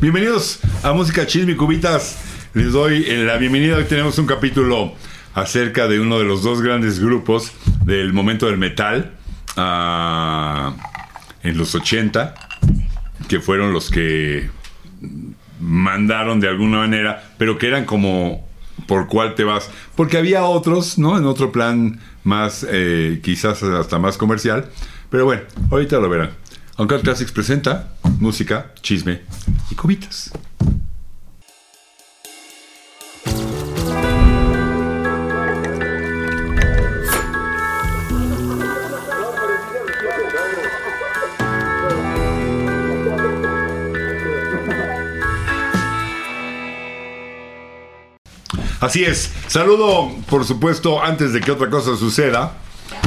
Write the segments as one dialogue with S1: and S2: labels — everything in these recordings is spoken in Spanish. S1: Bienvenidos a Música Chisme y Cubitas. Les doy eh, la bienvenida. Hoy tenemos un capítulo acerca de uno de los dos grandes grupos del momento del metal ah, en los 80, que fueron los que mandaron de alguna manera, pero que eran como por cuál te vas. Porque había otros, ¿no? En otro plan más, eh, quizás hasta más comercial. Pero bueno, ahorita lo verán. Uncut Classics presenta música, chisme y cubitas. Así es. Saludo, por supuesto, antes de que otra cosa suceda,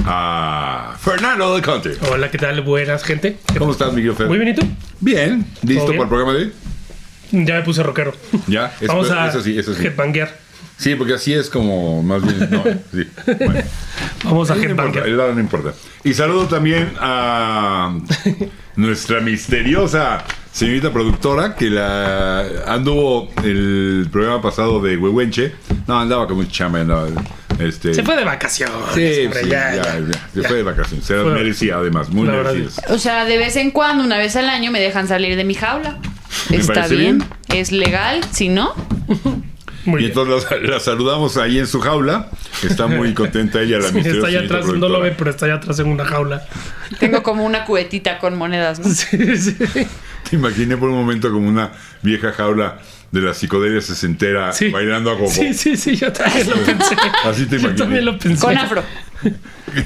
S1: a Fernando del Conte.
S2: Hola, ¿qué tal? Buenas, gente. ¿Qué
S1: ¿Cómo
S2: tal?
S1: estás, Miguel Fer?
S2: Muy bien, ¿y tú?
S1: Bien. ¿Listo
S2: bien?
S1: para el programa de hoy?
S2: Ya me puse rockero.
S1: Ya. es-
S2: Vamos a
S1: Eso sí, eso sí.
S2: headbanguear.
S1: Sí, porque así es como más bien. No, sí. Bueno,
S2: Vamos a
S1: no importa,
S2: headbanguear.
S1: el lado no importa. Y saludo también a nuestra misteriosa señorita productora que la anduvo el programa pasado de Huehuenche. No, andaba con mucha chamba. andaba, este,
S2: Se fue de vacaciones.
S1: Sí,
S2: hombre,
S1: sí,
S2: ya, ya.
S1: Se fue de vacaciones. Se las
S2: Fue-
S1: merecía, además, muy
S2: La verdad,
S1: merecidas.
S3: O sea, de vez en cuando, una vez al año, me dejan salir de mi jaula.
S1: Me
S3: Está
S1: parece
S3: bien,
S1: bien.
S3: es legal, si no,
S2: Muy
S1: Y
S2: bien.
S1: entonces la, la saludamos ahí en su jaula. Está muy contenta ella, la
S2: Sí,
S1: misteriosa
S2: está allá
S1: señorita
S2: atrás, no lo
S1: productora.
S2: ven, pero está allá atrás en una jaula.
S3: tengo como una cubetita con monedas, ¿no?
S2: Sí, sí.
S1: Te imaginé por un momento como una vieja jaula de la psicodelia sesentera
S2: Sí.
S1: bailando a gogo.
S2: Sí, sí, sí, yo también lo pensé.
S1: Así te
S2: Yo
S1: imaginé.
S2: también lo pensé.
S3: Con afro.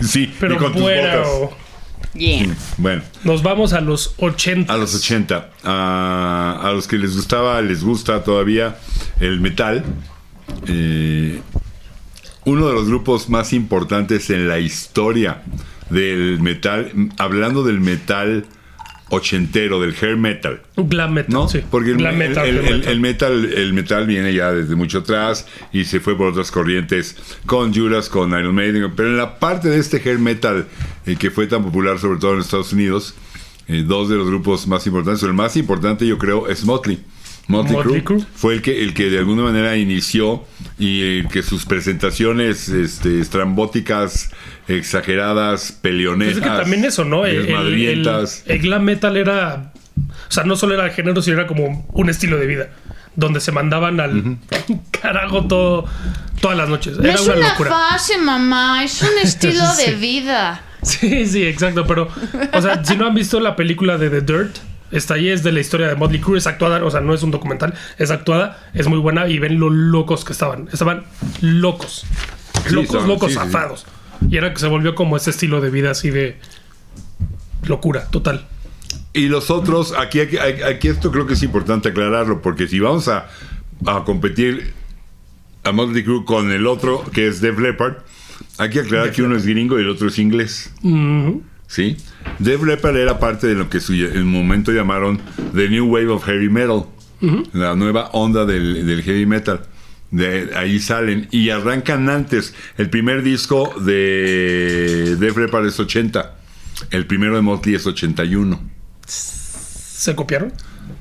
S1: Sí, y
S2: Pero
S1: con tus botas.
S2: bueno,
S3: Yeah.
S1: Bueno,
S2: nos vamos a los 80.
S1: a los 80, a, a los que les gustaba, les gusta todavía el metal. eh, uno de los grupos más importantes en la historia del metal, hablando del metal ochentero, del hair metal.
S2: Glam metal,
S1: ¿no?
S2: sí.
S1: Porque el,
S2: Glam
S1: el-
S2: metal,
S1: el-
S2: glam
S1: el-
S2: metal.
S1: el metal, el metal viene ya desde mucho atrás y se fue por otras corrientes con Judas, con Iron Maiden, pero en la parte de este hair metal eh, que fue tan popular sobre todo en Estados Unidos, eh, dos de los grupos más importantes, o el más importante yo creo es Motley. Motley,
S2: Motley
S1: Crue
S2: Crue.
S1: fue el que, el que de alguna manera inició y el que sus presentaciones este, estrambóticas, exageradas, peleoneras,
S2: Pues es que también eso, ¿no? El, el- el-
S1: desmadrientas.
S2: el glam metal era. O sea, no solo era género, sino era como un estilo de vida. Donde se mandaban al carajo todo, todas las noches.
S3: No
S2: era
S3: es
S2: una,
S3: una
S2: locura.
S3: fase, mamá, es un estilo
S2: Sí.
S3: de vida.
S2: Sí, sí, exacto. Pero, o sea, si no han visto la película de The Dirt, está ahí, es de la historia de Motley Crue, es actuada, o sea, no es un documental, es actuada, es muy buena y ven lo locos que estaban. Estaban locos.
S1: Sí,
S2: Locos,
S1: estaban-
S2: locos,
S1: sí, sí, sí.
S2: zafados. Y era que se volvió como ese estilo de vida así de locura total.
S1: Y los otros, aquí, aquí, aquí esto creo que es importante aclararlo, porque si vamos a, a competir a Motley Crue con el otro, que es Def Leppard, hay que aclarar que uno es gringo y el otro es inglés.
S2: Ujú.
S1: ¿sí? Def Leppard era parte de lo que su- en un momento llamaron The New Wave of Heavy Metal, la nueva onda del, del heavy metal. De ahí salen y arrancan antes. El primer disco de Def Leppard es 80, el primero de Motley es 81.
S2: ¿Se copiaron?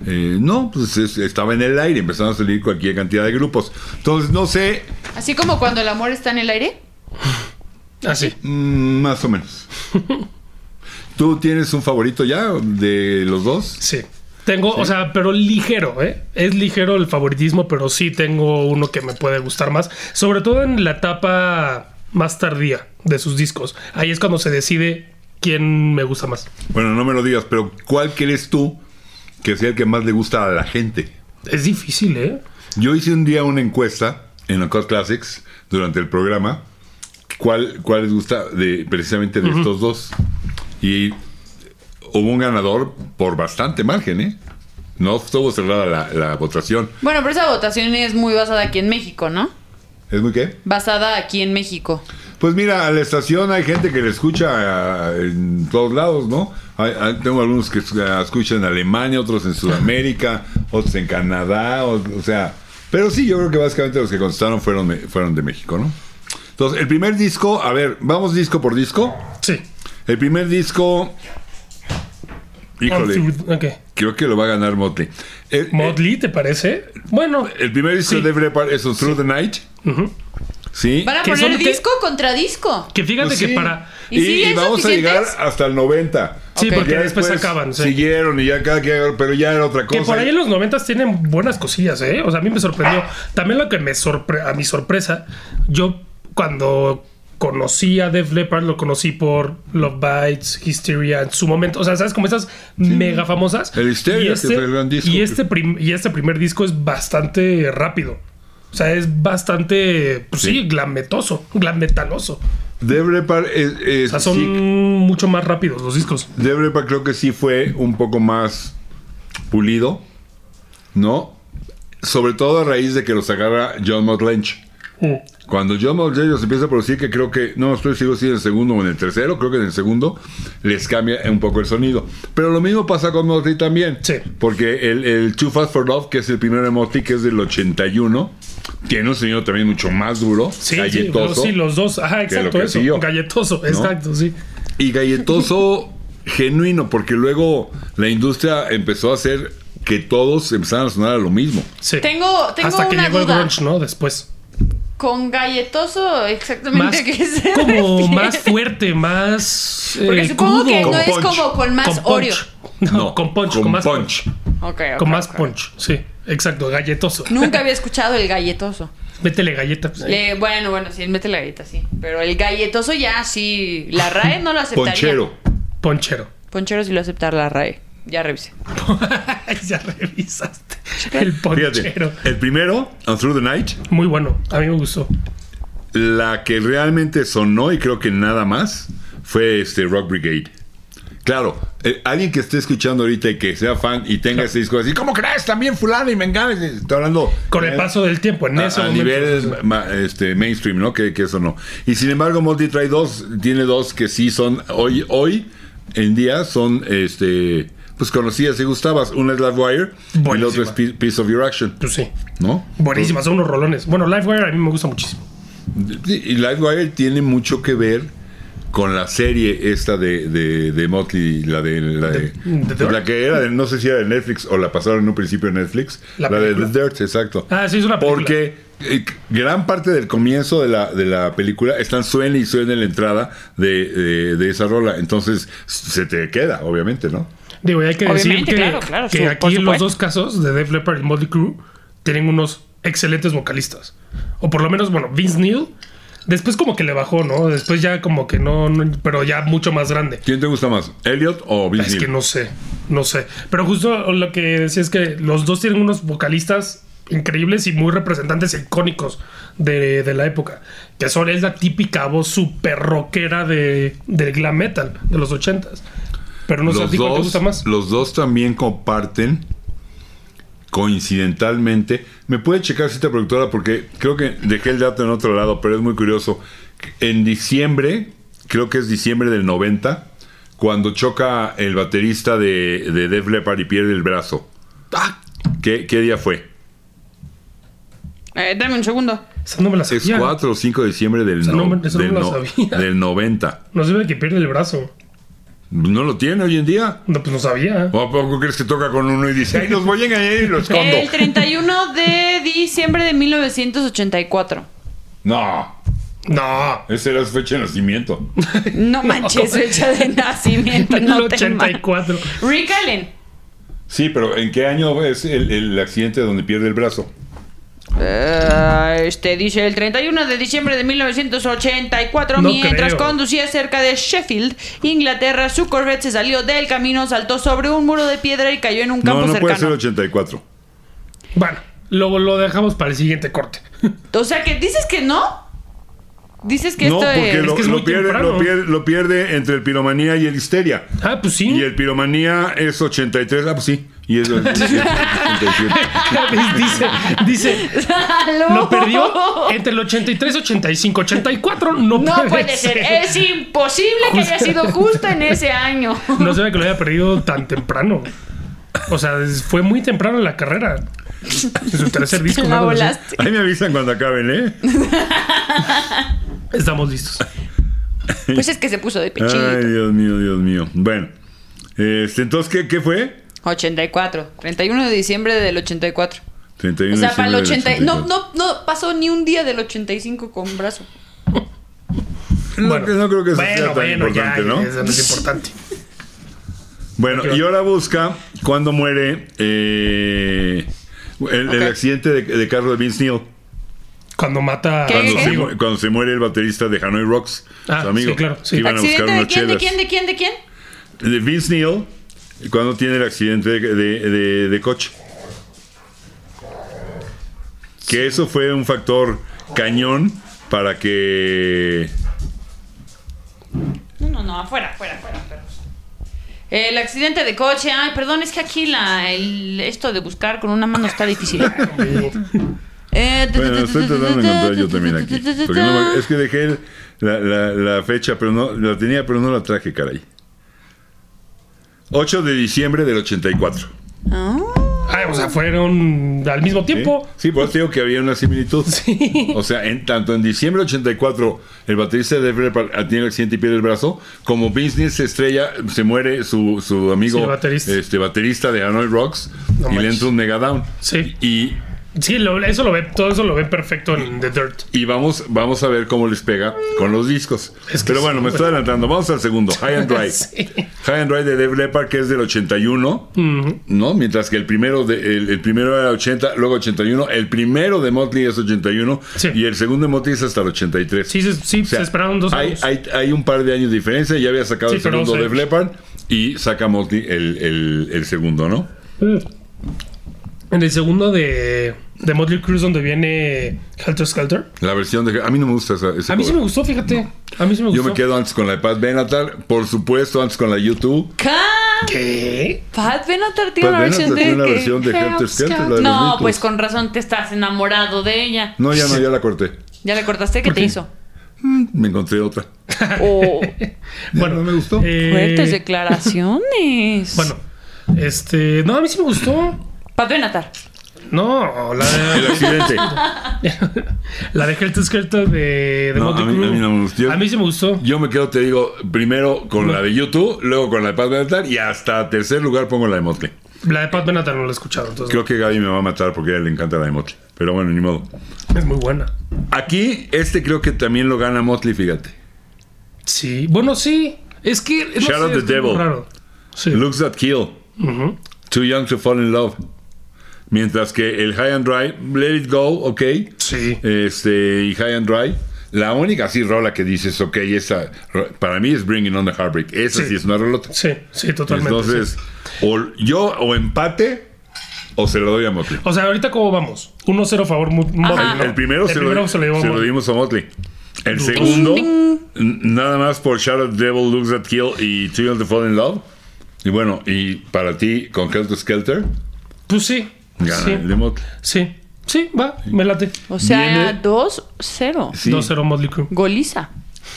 S1: Eh, no, pues es- estaba en el aire, empezaron a salir cualquier cantidad de grupos. Entonces, no sé,
S3: Así como cuando el amor está en el aire.
S2: Así.
S1: mm, más o menos. ¿Tú tienes un favorito ya de los dos?
S2: Sí. Tengo, o sea, pero ligero, ¿eh? Es ligero el favoritismo, pero sí tengo uno que me puede gustar más. Sobre todo en la etapa más tardía de sus discos. Ahí es cuando se decide quién me gusta más.
S1: Bueno, no me lo digas, pero ¿cuál crees tú que sea el que más le gusta a la gente?
S2: Es difícil, ¿eh?
S1: Yo hice un día una encuesta en Occult Classics durante el programa. ¿Cuál, cuál les gusta de, precisamente de estos dos? Y hubo un ganador por bastante margen, ¿eh? No estuvo cerrada la- la votación.
S3: Bueno, pero esa votación es muy basada aquí en México, ¿no?
S1: ¿Es muy qué?
S3: Basada aquí en México.
S1: Pues mira, a la estación hay gente que le escucha ah, en todos lados, ¿no? Hay- hay- tengo algunos que es- ah, escuchan en Alemania, otros en Sudamérica, otros en Canadá, o, o sea... Pero sí, yo creo que básicamente los que contestaron fueron, me- fueron de México, ¿no? Entonces, el primer disco, a ver, vamos disco por disco.
S2: Sí.
S1: El primer disco, Híjole.
S2: On Through- ok.
S1: Creo que lo va a ganar Motley. El,
S2: Motley, ¿te parece? Bueno,
S1: el primer disco
S2: Sí.
S1: de Def Leppard es On Through the Night.
S2: ujú.
S1: Sí.
S3: Van a
S2: Que
S3: poner
S2: solo que-
S3: disco contra disco.
S2: que fíjate
S1: Pues
S2: que
S1: sí.
S2: para.
S1: Y,
S3: ¿Y sí
S1: y
S3: hay
S1: vamos a llegar
S3: suficientes?
S1: hasta el 90.
S2: Sí,
S3: Ok.
S2: porque
S1: Ya
S2: después, acaban. sí.
S1: Siguieron y ya cada quien, pero ya era otra cosa.
S2: Que por ahí en los 90 tienen buenas cosillas, ¿eh? O sea, a mí me sorprendió. También lo que me sorpre a mi sorpresa, yo cuando conocí a Def Leppard lo conocí por Love Bites, Hysteria, en su momento. O sea, ¿sabes? Como esas mega famosas.
S1: El Hysteria,
S2: Y
S1: que fue el gran disco.
S2: Y este, prim- y este primer disco es bastante rápido. O sea, es bastante, pues sí,
S1: Sí.
S2: glametoso, glametaloso.
S1: Def Leppard es- es-
S2: O sea, son
S1: sí,
S2: mucho más rápidos los discos.
S1: Def Leppard creo que sí fue un poco más pulido, ¿no? Sobre todo a raíz de que los agarra John Mott Lynch.
S2: Mm.
S1: Cuando John Mott Lynch los empieza a producir, que creo que, no estoy seguro si en el segundo o en el tercero, creo que en el segundo, les cambia un poco el sonido. Pero lo mismo pasa con Motley también.
S2: Sí.
S1: Porque el, el Too Fast for Love, que es el primero de Motley, que es del 81, tiene un sonido también mucho más duro,
S2: Sí, sí,
S1: galletoso.
S2: los, sí, los dos. Ajá,
S1: que lo
S2: exacto,
S1: que
S2: eso.
S1: siguió.
S2: Galletoso, exacto, sí.
S1: Y galletoso genuino, porque luego la industria empezó a hacer que todos empezaran a sonar a lo mismo.
S2: Sí.
S3: Tengo, tengo
S2: Hasta que
S3: una
S2: llegó
S3: duda.
S2: el grunge, ¿no? Después.
S3: Con galletoso, exactamente
S2: Más,
S3: qué se
S2: como
S3: refiere?
S2: más fuerte, más.
S3: Porque
S2: eh,
S3: supongo que
S2: crudo.
S3: no
S1: Con
S3: es
S1: punch.
S3: como con más
S2: punch.
S3: Oreo.
S2: No, con punch, con, más punch.
S1: punch.
S3: Okay, ok,
S2: Con más
S3: ok.
S2: punch, sí. Exacto, galletoso.
S3: Nunca había escuchado el galletoso.
S2: Métele galleta. pues, ahí.
S3: Le- bueno, bueno, sí, mete la galleta, sí. Pero el galletoso ya sí. La RAE no lo aceptaría.
S1: Ponchero.
S2: Ponchero.
S3: Ponchero sí lo aceptar la RAE. Ya revisé.
S2: ya revisaste. El ponchero.
S1: Fíjate, el primero, On Through the Night,
S2: Muy bueno, a mí me gustó.
S1: la que realmente sonó y creo que nada más fue este Rock Brigade. Claro, eh, alguien que esté escuchando ahorita y que sea fan y tenga ese disco así, ¿cómo crees? También fulano y me engañas. Está hablando
S2: Con el
S1: eh,
S2: paso del tiempo, en
S1: a,
S2: ese
S1: a
S2: momento.
S1: nivel ma- este, mainstream, ¿no? Que, que eso no. Y sin embargo, Monty trae dos, tiene dos que sí son, hoy, hoy en día son, este, pues conocidas y gustabas. Una es Livewire y la otra es
S2: Buenísima.
S1: Pi- Piece of Your Action,
S2: Pues sí.
S1: ¿no?
S2: Buenísima, son unos rolones. Bueno, Lifewire a mí me gusta muchísimo.
S1: Sí, Y Livewire tiene mucho que ver con la serie esta de, de, de Motley, la de, la, de-
S2: The Dirt.
S1: la que era de, no sé si era de Netflix o la pasaron en un principio en Netflix,
S2: La
S1: la, de The
S2: película.
S1: Dirt, exacto.
S2: Ah, sí, es una película.
S1: Porque eh, gran parte del comienzo de la, de la película están suene y suene en la entrada de, de- de esa rola, entonces se te queda, obviamente, ¿no?
S2: Digo, y hay que decir que,
S3: Obviamente, claro, claro,
S2: que
S3: su- por
S2: aquí los
S3: supuesto.
S2: dos casos de Def Leppard y Motley Crue tienen unos excelentes vocalistas. O por lo menos, bueno, Vince Neil. Después como que le bajó, ¿no? Después ya como que no, no- pero ya mucho más grande.
S1: ¿Quién te gusta más, Elliot o Vince
S2: Es que
S1: Neil?
S2: no sé, no sé. Pero justo lo que decía es que los dos tienen unos vocalistas increíbles y muy representantes e icónicos de, de la época. Que son, es la típica voz super rockera de, del glam metal de los ochentas. Pero no sé a ti cuál te gusta más.
S1: Los dos también comparten, coincidentalmente. Me puede checar cita productora porque creo que dejé el dato en otro lado, pero es muy curioso. En diciembre, creo que es diciembre del 90, cuando choca el baterista de, de Def Leppard y pierde el brazo.
S2: Ah.
S1: ¿Qué, qué día fue?
S3: Eh, dame un segundo.
S2: Esa no me la
S1: Es
S2: sabía.
S1: 4 o 5 de diciembre del,
S2: sea, no
S1: no-
S2: me- eso no
S1: del
S2: me lo
S1: no-
S2: sabía.
S1: del 90.
S2: No sabía que pierde el brazo.
S1: ¿No lo tiene hoy en día?
S2: No, pues no sabía.
S1: ¿O a poco crees que toca con uno y dice, ay, los voy a engañar y los escondo?
S3: El 31 de diciembre de 1984.
S1: No,
S2: No.
S1: esa era su fecha de nacimiento.
S3: No manches, fecha de nacimiento.
S2: En
S3: No
S2: el
S3: te ma-
S2: 84.
S3: Rick Allen.
S1: Sí, pero ¿en qué año es el, el accidente donde pierde el brazo?
S3: Eh, este dice el 31 de diciembre de 1984,
S2: No
S3: mientras
S2: creo.
S3: conducía cerca de Sheffield, Inglaterra, su Corvette se salió del camino, saltó sobre un muro de piedra y cayó en un campo
S1: No, no puede ser
S3: cercano.
S1: 84.
S2: Bueno, lo, lo dejamos para el siguiente corte.
S3: o sea que dices que no. Dices que
S1: no,
S3: esto
S1: porque
S3: es.
S1: lo,
S2: que es
S1: lo
S2: muy
S1: pierde,
S2: temprano.
S1: lo pierde- lo pierde entre el piromanía y el histeria.
S2: Ah, pues sí.
S1: Y el piromanía es 83, ah, pues sí. Y es 87.
S2: dice, dice, lo perdió entre el 83, 85, 84. No,
S3: No puede ser. Es imposible que haya sido justo en ese año.
S2: No se ve que lo haya perdido tan temprano. O sea, es- fue muy temprano en la carrera. En su tercer disco.
S3: La
S2: una cosa así.
S3: volaste.
S1: Ahí me avisan cuando acaben, ¿eh?
S2: Estamos listos.
S3: Pues es que se puso de pechito.
S1: Ay, Dios mío, Dios mío. Bueno, Este, entonces, ¿qué, qué fue?
S3: 84. 31 de diciembre del 84.
S1: 31
S3: o sea,
S1: de
S3: para el
S1: diciembre del
S3: 80. No, no, no pasó ni un día del 85 con brazo.
S1: No,
S2: Bueno.
S1: que- no creo que eso sea
S2: bueno,
S1: tan
S2: bueno, ya,
S1: importante, ¿no?
S2: eso no es importante.
S1: Bueno, y ahora busca cuándo muere eh, el, el
S3: Ok.
S1: accidente de, de carro de Vince Neil.
S2: Cuando mata
S3: ¿Qué?
S2: a
S1: Cuando
S2: su
S1: se,
S2: amigo.
S1: mu- cuando se muere el baterista de Hanoi Rocks,
S2: Ah,
S1: su amigo.
S2: sí, claro, sí.
S1: que iban a buscar
S3: ¿Accidente de
S1: unos
S3: quién, de
S1: chelas.
S3: quién, de quién, de quién?
S1: De Vince Neil, cuando tiene el accidente de, de- de- de coche. Que eso fue un factor cañón para que.
S3: No, no, no, afuera, afuera, afuera, afuera. El accidente de coche, ay, perdón, es que aquí la, el- esto de buscar con una mano está difícil. Eh,
S1: Bueno, estoy tratando de encontrar yo también aquí. Porque no me- es que dejé el- la, la- la fecha, pero no la tenía, pero no la traje, caray. 8 de diciembre del 84.
S3: Ah,
S2: Ah, o sea, fueron al mismo
S1: ¿sí?
S2: tiempo.
S1: Sí, por eso te digo que había una similitud. O sea, en tanto en diciembre del 84 el baterista de Def Leppard tiene el accidente y pierde el brazo, como Vince Neil se estrella, se muere su, su amigo
S2: Sí, el baterista.
S1: este baterista de Hanoi Rocks
S2: No
S1: y le
S2: manches.
S1: entra un mega down.
S2: Sí.
S1: Y,
S2: Sí, lo- eso lo ve, todo eso lo ve perfecto en The Dirt.
S1: y vamos, vamos a ver cómo les pega con los discos.
S2: Es que
S1: Pero
S2: sí,
S1: bueno, me
S2: güey.
S1: estoy adelantando. Vamos al segundo, High and Dry.
S2: Sí.
S1: High and Dry de Def Leppard, que es del 81,
S2: Ujú.
S1: ¿no? Mientras que el primero, de, el, el primero era 80, luego 81. El primero de Motley es 81
S2: Sí.
S1: y el segundo de Motley es hasta el 83.
S2: Sí, se, sí,
S1: O sea,
S2: se esperaron dos
S1: hay,
S2: años.
S1: hay, hay un par de años de diferencia. Ya había sacado
S2: Sí,
S1: el
S2: pero
S1: segundo
S2: dos
S1: de
S2: años.
S1: Leppard y saca Motley el, el- el segundo, ¿no?
S2: Mm. En el segundo de, de Motley Crue, donde viene Helter Skelter.
S1: La versión de. A mí no me gusta esa. ese
S2: A mí sí me
S1: cover.
S2: gustó, fíjate. A mí sí me
S1: Yo
S2: gustó.
S1: me quedo antes con la de Paz Benatar, por supuesto, antes con la YouTube.
S3: ca-
S2: ¿Qué?
S3: Pat Benatar
S1: Pat
S3: tiene una versión
S1: Benatar tiene
S3: de,
S1: una
S3: que-
S1: versión de Helter Skelter, la de los
S3: No,
S1: Beatles.
S3: pues con razón te estás enamorado de ella.
S1: No, ya no, ya la corté.
S3: Ya le cortaste, ¿qué te hizo?
S1: Mm, Me encontré otra.
S3: Oh,
S1: bueno, no me gustó.
S2: Eh,
S3: fuertes declaraciones.
S2: Bueno, este. No, a mí sí me gustó.
S3: Pat Benatar.
S2: No, la
S1: El
S2: de,
S1: accidente.
S2: la de Helter Skelter de, de
S1: No,
S2: Motley
S1: a mí-
S2: Crue.
S1: a mí no me gustó.
S2: A mí sí me gustó.
S1: Yo me quedo, te digo, primero con la de YouTube, luego con la de Paz Benatar y hasta tercer lugar pongo la de Motley.
S2: La de Pat Benatar no la he escuchado, entonces
S1: Creo que Gaby me va a matar porque a ella le encanta la de Motley. Pero bueno, ni modo.
S2: es muy buena.
S1: Aquí, este creo que también lo gana Motley, fíjate.
S2: Sí, bueno, sí. Es que. No
S1: Shout
S2: sé,
S1: out the
S2: es muy
S1: devil.
S2: Raro. Sí.
S1: Looks That Kill,
S2: Ujú.
S1: Too Young to Fall in Love. Mientras que el High and Dry, Let It Go, ok.
S2: Sí.
S1: Este, y High and Dry. La única así rola que dices, ok, esa, ro- para mí es Bringing on the Heartbreak. Esa sí,
S2: Sí.
S1: es una rolota.
S2: Sí, sí, totalmente. sí.
S1: Entonces, o yo o empate o se lo doy a Motley.
S2: O sea, ahorita cómo vamos? 1-0 favor Mo- Motley,
S1: El,
S2: ¿no?
S1: el primero, se, lo,
S2: se lo llevó
S1: se lo
S2: Motley.
S1: dimos a Motley. El segundo, n- nada más por Shadow Devil, Looks That Kill y Too Young to Fall in Love. Y bueno, y para ti, con Helter Skelter,
S2: Pues sí.
S1: gana
S2: sí.
S1: el de Motley.
S2: Sí, sí, va, me late.
S3: O sea,
S1: Viene-
S3: 2-0.
S1: Sí,
S2: 2-0 Motley Crue.
S3: Goliza.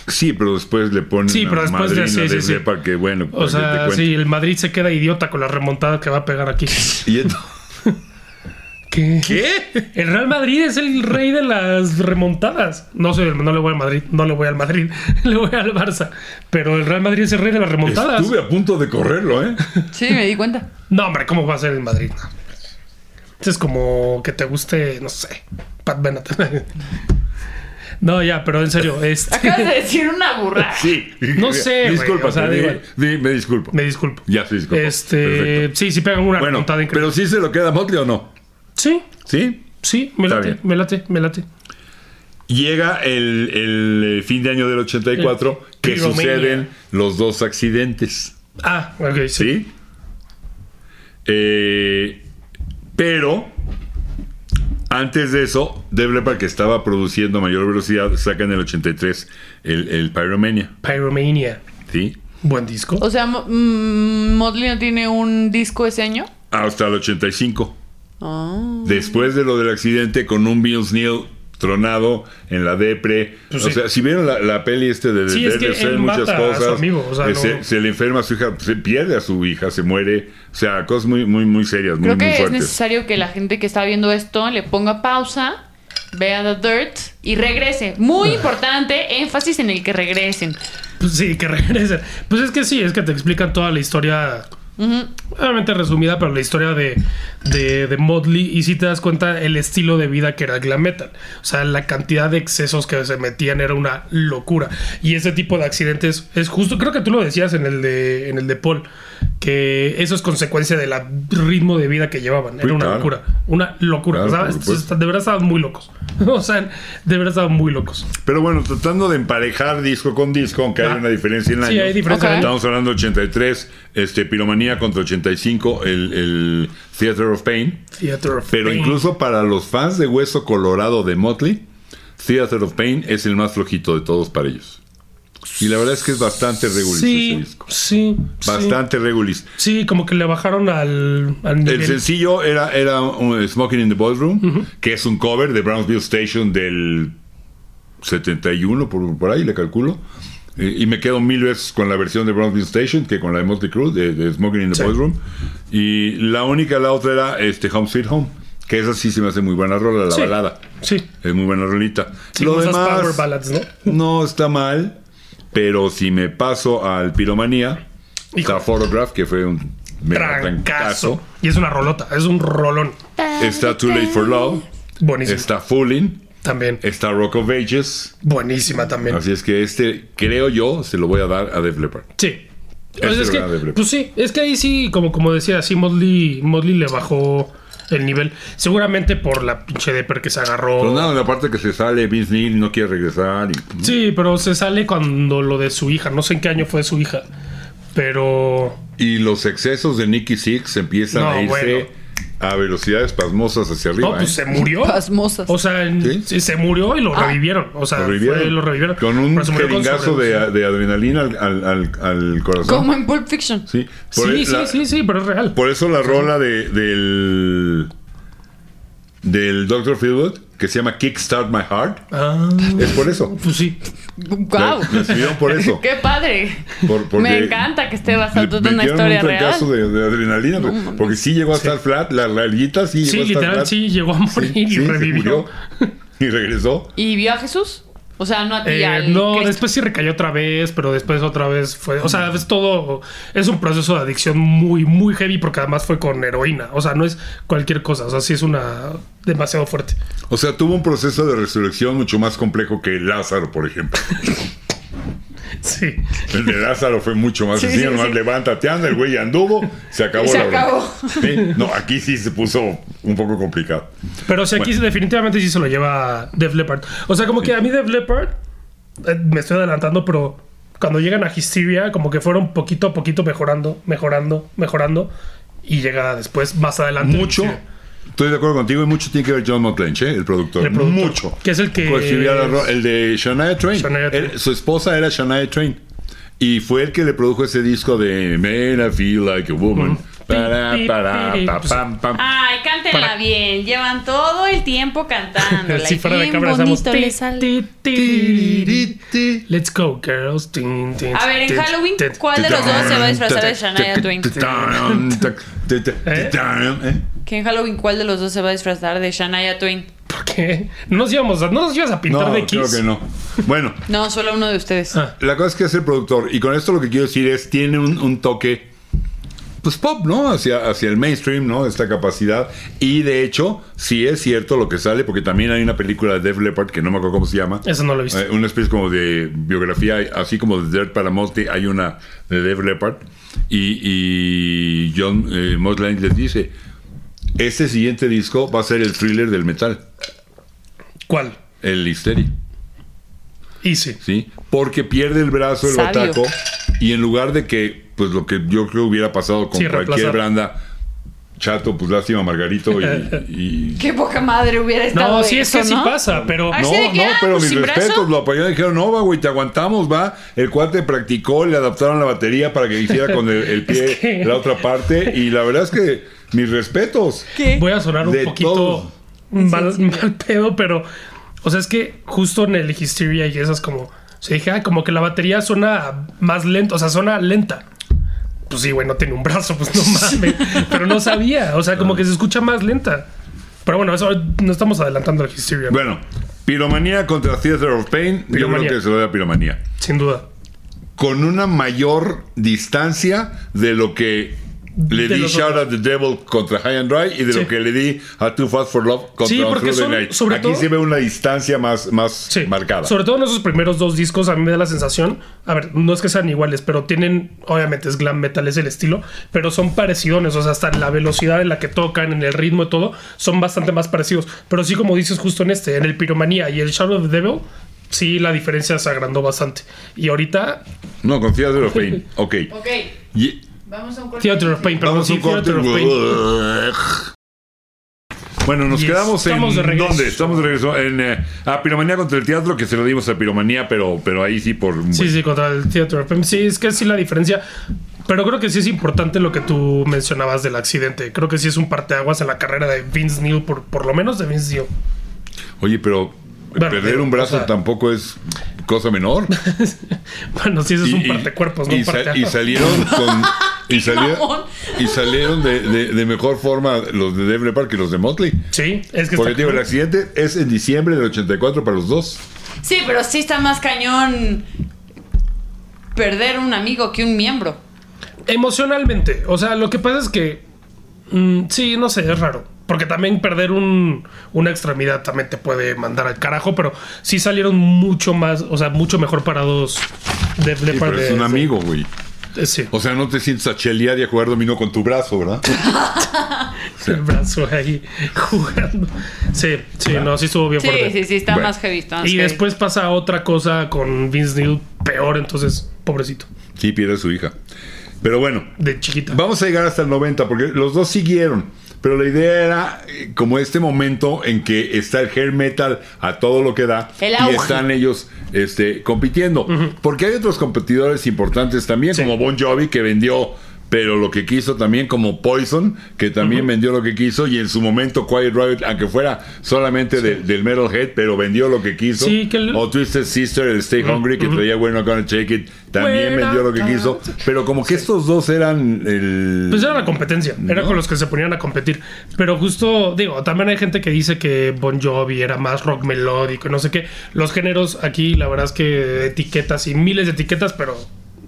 S1: sí, pero después le ponen
S2: Sí,
S1: una
S2: pero después
S1: madrina
S2: de- sí, sí,
S1: de
S2: sí.
S1: Leppard que bueno, para
S2: O
S1: que te
S2: sea,
S1: cuente.
S2: sí, el Madrid se queda idiota con la remontada que va a pegar aquí.
S1: Y ento-
S2: ¿Qué?
S1: ¿Qué?
S2: El Real Madrid es el rey de las remontadas. No soy, no le voy al Madrid, no le voy al Madrid, le voy al Barça. Pero el Real Madrid es el rey de las remontadas.
S1: Estuve a punto de correrlo, ¿eh?
S3: Sí, me di cuenta.
S2: No, hombre, ¿cómo va a ser el Madrid? No. Eso es como que te guste, no sé, Pat Benatar. No, ya, pero en serio, este,
S3: Acabas de decir una burra.
S1: Sí.
S2: No sé, güey,
S1: Disculpa,
S2: o sea, da igual.
S1: me disculpo.
S2: me disculpo.
S1: Ya se disculpo.
S2: Este,
S1: Perfecto.
S2: sí, sí pegan una
S1: Bueno,
S2: remontada increíble.
S1: pero sí se lo queda a Motley o no.
S2: Sí,
S1: ¿Sí?
S2: sí, me
S1: Está
S2: late,
S1: bien.
S2: me late, me late.
S1: Llega el, el, eh, fin de año del 84
S2: El-
S1: que
S2: Piromania.
S1: suceden los dos accidentes,
S2: Ah, ok, sí.
S1: ¿sí? Eh, pero antes de eso, Def Leppard, que estaba produciendo a mayor velocidad, saca en el 83 el, el Pyromania,
S2: Pyromania.
S1: ¿sí?
S2: Buen disco.
S3: O sea, Mo- mm, Motley no tiene un disco ese año.
S1: Hasta el 85.
S3: Ah.
S1: Después de lo del accidente con un Vince Neil tronado en la depre.
S2: Pues
S1: o
S2: sí.
S1: sea, si vieron la, la peli este de, de,
S2: Sí, es
S1: de-
S2: que
S1: de-
S2: él
S1: de- muchas
S2: mata a su
S1: cosas.
S2: amigo, o sea,
S1: eh,
S2: no-
S1: se, se le enferma a su hija, se pierde a su hija, se muere. O sea, cosas muy, muy, muy serias, muy,
S3: Creo
S1: muy
S3: que es
S1: fuertes.
S3: necesario que la gente que está viendo esto le ponga pausa, vea The Dirt y regrese. Muy importante, énfasis en el que regresen.
S2: Pues sí, que regresen. Pues es que sí, es que te explican toda la historia. Obviamente resumida, pero la historia de, de, de Motley. Y si te das cuenta el estilo de vida que era glam metal. O sea, la cantidad de excesos que se metían era una locura. Y ese tipo de accidentes es justo. Creo que tú lo decías en el de, en el de Paul. Que eso es consecuencia del ritmo de vida que llevaban. Era
S1: Sí,
S2: una
S1: claro.
S2: locura. Una
S1: Claro,
S2: locura. o sea,
S1: por supuesto.
S2: est- de verdad estaban muy locos. O sea, de verdad estaban muy locos.
S1: Pero bueno, tratando de emparejar disco con disco, aunque
S2: Ah.
S1: hay una diferencia en años.
S2: Sí, hay diferencia.
S3: Ok.
S2: de-
S1: Estamos hablando de 83, este, Piromanía contra 85, el, el Theater of Pain.
S2: Theater of
S1: Pero
S2: Pain.
S1: incluso para los fans de Hueso Colorado de Motley, Theater of Pain es el más flojito de todos para ellos. Y la verdad es que es bastante regulis este ese
S2: Sí,
S1: disco.
S2: sí. sí.
S1: Bastante regulis.
S2: Sí, como que le bajaron al, al nivel.
S1: El sencillo era, era un Smoking in the Ballroom, que es un cover de Brownsville Station del 71, por, por ahí le calculo. Eh, Y me quedo mil veces con la versión de Brownsville Station que con la de Motley Crue, de, de Smoking in the
S2: Sí.
S1: Ballroom. Y la única, la otra era este Home Sweet Home, que esa sí se me hace muy buena rola, la
S2: Sí.
S1: balada.
S2: Sí.
S1: Es muy buena rolita.
S2: Sí,
S1: Lo
S2: como esas
S1: demás
S2: power ballads, ¿no?
S1: no está mal, pero si me paso al Piromanía,
S2: Híjole.
S1: está Photograph, que fue un mega
S2: Trancazo. Y es una rolota, es un rolón.
S1: Está Too Late for Love.
S2: Buenísimo.
S1: Está Fooling.
S2: También.
S1: Está Rock of Ages.
S2: Buenísima también.
S1: Así es que este, creo yo, se lo voy a dar a Def Leppard.
S2: Sí.
S1: Ese
S2: Pues es que,
S1: era de Blur.
S2: pues sí, es que ahí sí, como, como decía, sí, Motley, Motley le bajó el nivel. Seguramente por la pinche deper que se agarró.
S1: Pero nada, en la parte que se sale Vince Neil no quiere regresar. y-
S2: Sí, pero se sale cuando lo de su hija. No sé en qué año fue su hija. Pero.
S1: Y, los excesos de Nicky Six empiezan
S2: No,
S1: a irse
S2: bueno.
S1: a velocidades pasmosas hacia arriba.
S2: No, pues
S1: ¿eh?
S2: se murió.
S3: Pasmosas.
S2: O sea, en-
S1: Sí.
S2: sí, se murió y lo revivieron. O sea,
S1: Lo
S2: fue- lo
S1: revivieron.
S2: revivieron.
S1: Con un
S2: Pero se murió con
S1: jeringazo
S2: sobredosis.
S1: de, de adrenalina al, al- al- al corazón.
S3: Como en Pulp Fiction.
S1: Sí, por
S2: Sí,
S1: el- la-
S2: sí, sí, sí, pero es real.
S1: Por eso la rola de, del. del Dr. Philwood, que se llama Kickstart My Heart,
S2: Ah,
S1: es por eso.
S2: pues sí.
S1: La-
S3: ¡Guau!
S1: la escribieron por eso.
S3: ¡Qué padre!
S1: Por- porque
S3: Me encanta que esté basado
S1: le
S3: en una
S1: metieron
S3: historia
S1: un
S3: real.
S1: trancazo de, de adrenalina, pues, porque sí llegó a estar flat, la realita sí llegó
S2: Sí,
S1: a estar
S2: literal,
S1: flat.
S2: sí, llegó a morir
S1: Sí,
S2: y
S1: sí, se
S2: revivió.
S1: murió y regresó.
S3: ¿Y vio a Jesús? O sea, no a ti,
S2: Eh,
S3: al
S2: no,
S3: Cristo.
S2: después sí recayó otra vez, pero después otra vez fue. O
S1: Mm.
S2: sea, es todo. Es un proceso de adicción muy, muy heavy, porque además fue con heroína. O sea, no es cualquier cosa. O sea, sí es una. demasiado fuerte.
S1: O sea, tuvo un proceso de resurrección mucho más complejo que Lázaro, por ejemplo.
S2: Sí.
S1: El de Lázaro fue mucho más
S3: Sí,
S1: sencillo,
S3: sí,
S1: nomás
S3: sí.
S1: levántate, anda, el güey ya anduvo, se acabó
S3: Se
S1: la broma.
S3: acabó.
S1: Sí, No, aquí sí se puso un poco complicado.
S2: Pero sí, aquí definitivamente sí se lo lleva Def Leppard. O sea, como que a mí Def Leppard. eh, me estoy adelantando, pero. Cuando llegan a Hysteria, como que fueron poquito a poquito mejorando, mejorando, mejorando. Y llega después, más adelante.
S1: Mucho,
S2: Hysteria.
S1: estoy de acuerdo contigo, y mucho tiene que ver John Motlench, ¿eh? el, productor.
S2: El productor,
S1: Mucho.
S2: que es el que-
S1: Coescribía la ro- el de Shania Train.
S2: Shania Twain.
S1: Él- su esposa era Shania Train. Y fue el que le produjo ese disco de Man, I Feel Like a Woman. Para, para, pa, pam, pam.
S3: Ay, cántenla
S2: Para-
S3: bien. Llevan todo el tiempo cantando.
S2: Si fuera de cámara, estamos.
S3: bonito le sale.
S2: Let's go, girls. Tin, tin,
S3: A ver, en
S2: tin,
S3: Halloween,
S2: tin.
S3: ¿cuál de los dos se va a disfrazar de Shania Twain?
S1: ¿Eh?
S3: ¿Que en Halloween cuál de los dos se va a disfrazar de Shania Twain?
S2: ¿Por qué? No nos íbamos a, no nos ibas a pintar
S1: No,
S2: de
S1: creo
S2: Kiss.
S1: que no. Bueno,
S3: No, solo uno de ustedes.
S2: Ah.
S1: La cosa es que es el productor, y con esto lo que quiero decir es, tiene un, un toque, pues pop, ¿no? Hacia, hacia el mainstream, ¿no? Esta capacidad. Y de hecho, sí es cierto lo que sale, porque también hay una película de Def Leppard, que no me acuerdo cómo se llama.
S2: Eso no lo he visto.
S1: Eh, una especie como de biografía, así como de Dirt para Monty, hay una de Def Leppard. Y, y John eh, Mosland les dice, este siguiente disco va a ser el thriller del metal,
S2: ¿Cuál?
S1: el Hysteri.
S2: Easy.
S1: ¿sí? Porque pierde el brazo el
S3: Sabio.
S1: bataco y en lugar de que, pues lo que yo creo hubiera pasado con
S2: Sí,
S1: cualquier
S2: reemplazar.
S1: branda, chato, pues lástima Margarito y... y-
S3: Qué poca madre hubiera estado.
S2: No,
S3: de
S2: sí, es que
S3: eso,
S2: sí
S3: ¿no?
S2: pasa, pero.
S3: Ay,
S1: No,
S3: Así de que,
S1: no,
S3: ah,
S1: pero
S3: pues,
S1: mis
S3: sin brazo.
S1: respetos, lo apoyaron y dijeron, no, va, güey, te aguantamos, va. El cuate practicó, le adaptaron la batería para que hiciera con el, el pie
S2: Es que-
S1: la otra parte y la verdad es que mis respetos.
S3: ¿Qué?
S2: Voy a sonar un
S1: De
S2: poquito
S1: todo.
S2: mal, mal pedo, pero. O sea, es que justo en el Hysteria y esas como. Se dije, ah, como que la batería suena más lenta, o sea, suena lenta. Pues sí, güey, no tiene un brazo, pues no mames. pero no sabía, o sea, como que se escucha más lenta. Pero bueno, eso no estamos adelantando al Hysteria, ¿no?
S1: Bueno, piromanía contra Theater of Pain, yo
S2: Piromanía.
S1: creo que se lo da piromanía.
S2: sin duda.
S1: con una mayor distancia de lo que le
S2: De
S1: di
S2: los
S1: Shout at the Devil contra High and Dry y de
S2: Sí.
S1: lo que le di a Too Fast for Love contra
S2: Sí,
S1: On
S2: porque
S1: Through the
S2: son-
S1: Night.
S2: sobre
S1: Aquí
S2: todo-
S1: se ve una distancia más, más
S2: Sí.
S1: marcada.
S2: Sobre todo en esos primeros dos discos, a mí me da la sensación. A ver, no es que sean iguales, pero tienen. Obviamente es glam metal, es el estilo, pero son parecidones. O sea, hasta en la velocidad en la que tocan, en el ritmo y todo, son bastante más parecidos. Pero sí, como dices justo en este, en el Piromanía y el Shadow of the Devil, sí la diferencia se agrandó bastante. Y ahorita,
S1: No, con Theater of Pain. Ok.
S3: Ok,
S1: Y-
S3: vamos a un corte.
S2: Theater of Pain, perdón,
S1: Vamos a
S2: sí,
S1: un corte.
S2: Theater of Pain.
S1: Bueno, nos
S2: Y
S1: quedamos
S2: estamos de
S1: en.
S2: regreso.
S1: ¿Dónde? Estamos de regreso. En, eh, a Piromanía contra el Teatro, que se lo dimos a Piromanía, pero, pero ahí sí por. un
S2: Sí, sí, contra el Theater of Pain. Sí, es que sí la diferencia. Pero creo que sí es importante lo que tú mencionabas del accidente. Creo que sí es un parteaguas en la carrera de Vince Neil, por, por lo menos de Vince Neil.
S1: Oye, pero
S2: Bueno,
S1: perder
S2: pero,
S1: un brazo
S2: o sea-
S1: tampoco es cosa menor.
S2: Bueno, sí, eso es un partecuerpos, no
S1: y
S2: un
S1: sa-
S2: parteaguas.
S1: y salieron con. Y, salieron-
S3: mamón!
S1: y salieron de, de- de mejor forma los de Def Leppard que los de Motley.
S2: Sí, es que
S1: Porque
S2: está-
S1: digo, el accidente es en diciembre del 84 para los dos.
S3: Sí, pero sí está más cañón perder un amigo que un miembro.
S2: emocionalmente. O sea, lo que pasa es que. mm, sí, no sé, es raro. Porque también perder un, una extremidad también te puede mandar al carajo, pero sí salieron mucho más, o sea, mucho mejor parados de, de, Eh,
S1: Sí, pero es un amigo, güey.
S2: sí.
S1: O sea, no te sientes a chelear y a jugar dominó con tu brazo, ¿verdad?
S2: el brazo ahí jugando. Sí, sí, no, sí estuvo bien
S3: Sí,
S2: fuerte.
S3: sí, sí, está
S1: Bueno.
S3: más heavy. está más
S2: Y
S3: heavy.
S2: después pasa otra cosa con Vince Neil peor, entonces, pobrecito,
S1: Sí, pierde a su hija. Pero bueno,
S2: de chiquita.
S1: vamos a llegar hasta el 90 porque los dos siguieron. Pero la idea era eh, como este momento en que está el hair metal a todo lo que da
S3: El
S1: y
S3: auge.
S1: están ellos este, compitiendo. Porque hay otros competidores importantes también,
S2: Sí.
S1: como Bon Jovi que vendió, pero lo que quiso también, como Poison, que también vendió lo que quiso, y en su momento Quiet Riot, aunque fuera solamente de- del Metalhead, pero vendió lo que quiso.
S2: Sí, que el-
S1: O Twisted Sister, el Stay Hungry, que traía Bueno, Gonna Shake It, también
S2: We're
S1: vendió lo
S2: not
S1: que
S2: gonna
S1: quiso. Pero como que estos dos eran el.
S2: Pues era la competencia, era
S1: ¿No?
S2: con los que se ponían a competir. Pero justo, digo, también hay gente que dice que Bon Jovi era más rock melódico, y no sé qué. Los géneros aquí, la verdad es que etiquetas y miles de etiquetas, pero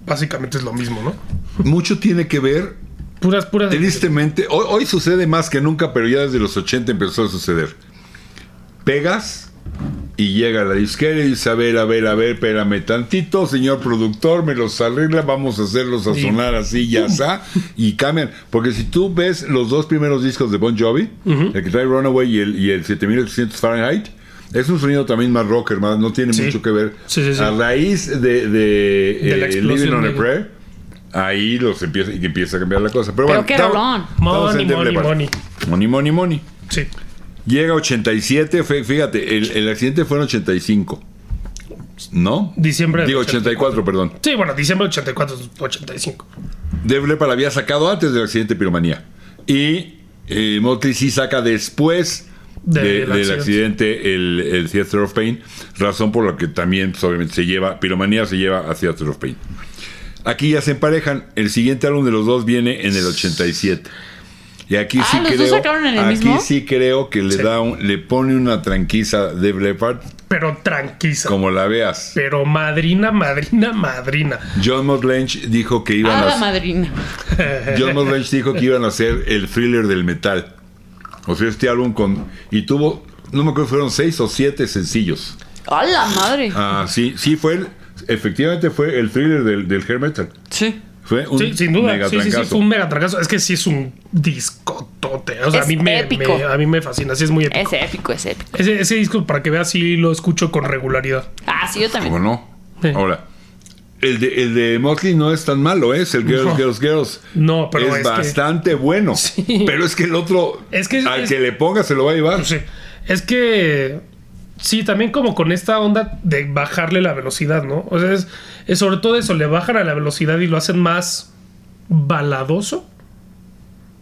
S2: básicamente es lo mismo, ¿no?
S1: Mucho tiene que ver,
S2: Puras, puras.
S1: tristemente. Hoy, hoy sucede más que nunca, pero ya desde los 80 empezó a suceder. Pegas y llega la disquera y dice: A ver, a ver, a ver, espérame tantito, señor productor, me los arregla, vamos a hacerlos a
S2: Y-
S1: sonar así, ya está. Y cambian. Porque si tú ves los dos primeros discos de Bon Jovi, el que trae Runaway y el, y el 7800 Fahrenheit. Es un sonido también más rocker, más, no tiene
S2: Sí.
S1: mucho que ver.
S2: Sí, sí, sí.
S1: A raíz de, de,
S2: De la
S1: eh,
S2: explosión
S1: Living on a
S2: de-
S1: Prayer, ahí los empieza, y empieza a cambiar la cosa. Pero,
S3: Pero
S1: bueno,
S3: qué
S1: estamos-
S3: rolón.
S1: estamos
S2: Money,
S1: en Def
S2: money,
S1: Leppard.
S2: money.
S1: Money, money, money.
S2: Sí.
S1: Llega 87, fe- fíjate, el, el accidente fue en 85. ¿No?
S2: Diciembre del
S1: Digo, 84, perdón.
S2: Sí, bueno, diciembre 84, 85.
S1: Def Leppard había sacado antes del accidente Piromanía. Y eh, Motley sí saca después
S2: De-
S1: de-
S2: del
S1: del
S2: accidente.
S1: accidente el, el Theater of Pain, razón por la que también pues, obviamente se lleva, Piromanía se lleva a Theater of Pain. Aquí ya se emparejan, el siguiente álbum de los dos viene en el 87. Y aquí
S3: Ah,
S1: sí
S3: ¿los dos
S1: creo,
S3: sacaron en el
S1: aquí
S3: mismo?
S1: sí creo que le
S2: Sí.
S1: da un- le pone una tranquiza Def Leppard,
S2: Pero tranquila.
S1: como la veas.
S2: Pero madrina, madrina, madrina.
S1: John Mott Lange dijo que iban
S3: Hada
S1: a
S3: madrina.
S1: John Motley dijo que iban a hacer el thriller del metal. O sea, este álbum con. Y tuvo, no me acuerdo, fueron seis o siete sencillos.
S3: ¡A la madre!
S1: Ah, sí, sí, fue el. Efectivamente fue el thriller del, del hair metal.
S3: Sí.
S1: Fue un
S2: Sí, sin duda. Sí, sí, sí,
S1: megatrancazo.
S2: fue un megatracazo. Es que sí es un discotote. O sea,
S3: Es
S2: a mí me,
S3: épico.
S2: me- a mí me fascina. Sí, es muy épico.
S3: Es épico, es épico.
S2: Ese, ese disco, para que veas, sí lo escucho con regularidad.
S3: Ah, sí, yo
S1: ¿Cómo
S3: también.
S1: no?
S2: Sí.
S1: Ahora, el de, el de Motley no es tan malo, ¿eh? es el Girls,
S2: No.
S1: Girls, Girls.
S2: No, pero
S1: es,
S2: es que-
S1: bastante bueno.
S2: Sí.
S1: Pero es que el otro,
S2: Es que es-
S1: al
S2: es-
S1: que le ponga, se lo va a llevar.
S2: Pues sí. Es que. Sí, también como con esta onda de bajarle la velocidad, ¿no? O sea, es, es sobre todo eso, le bajan a la velocidad y lo hacen más baladoso.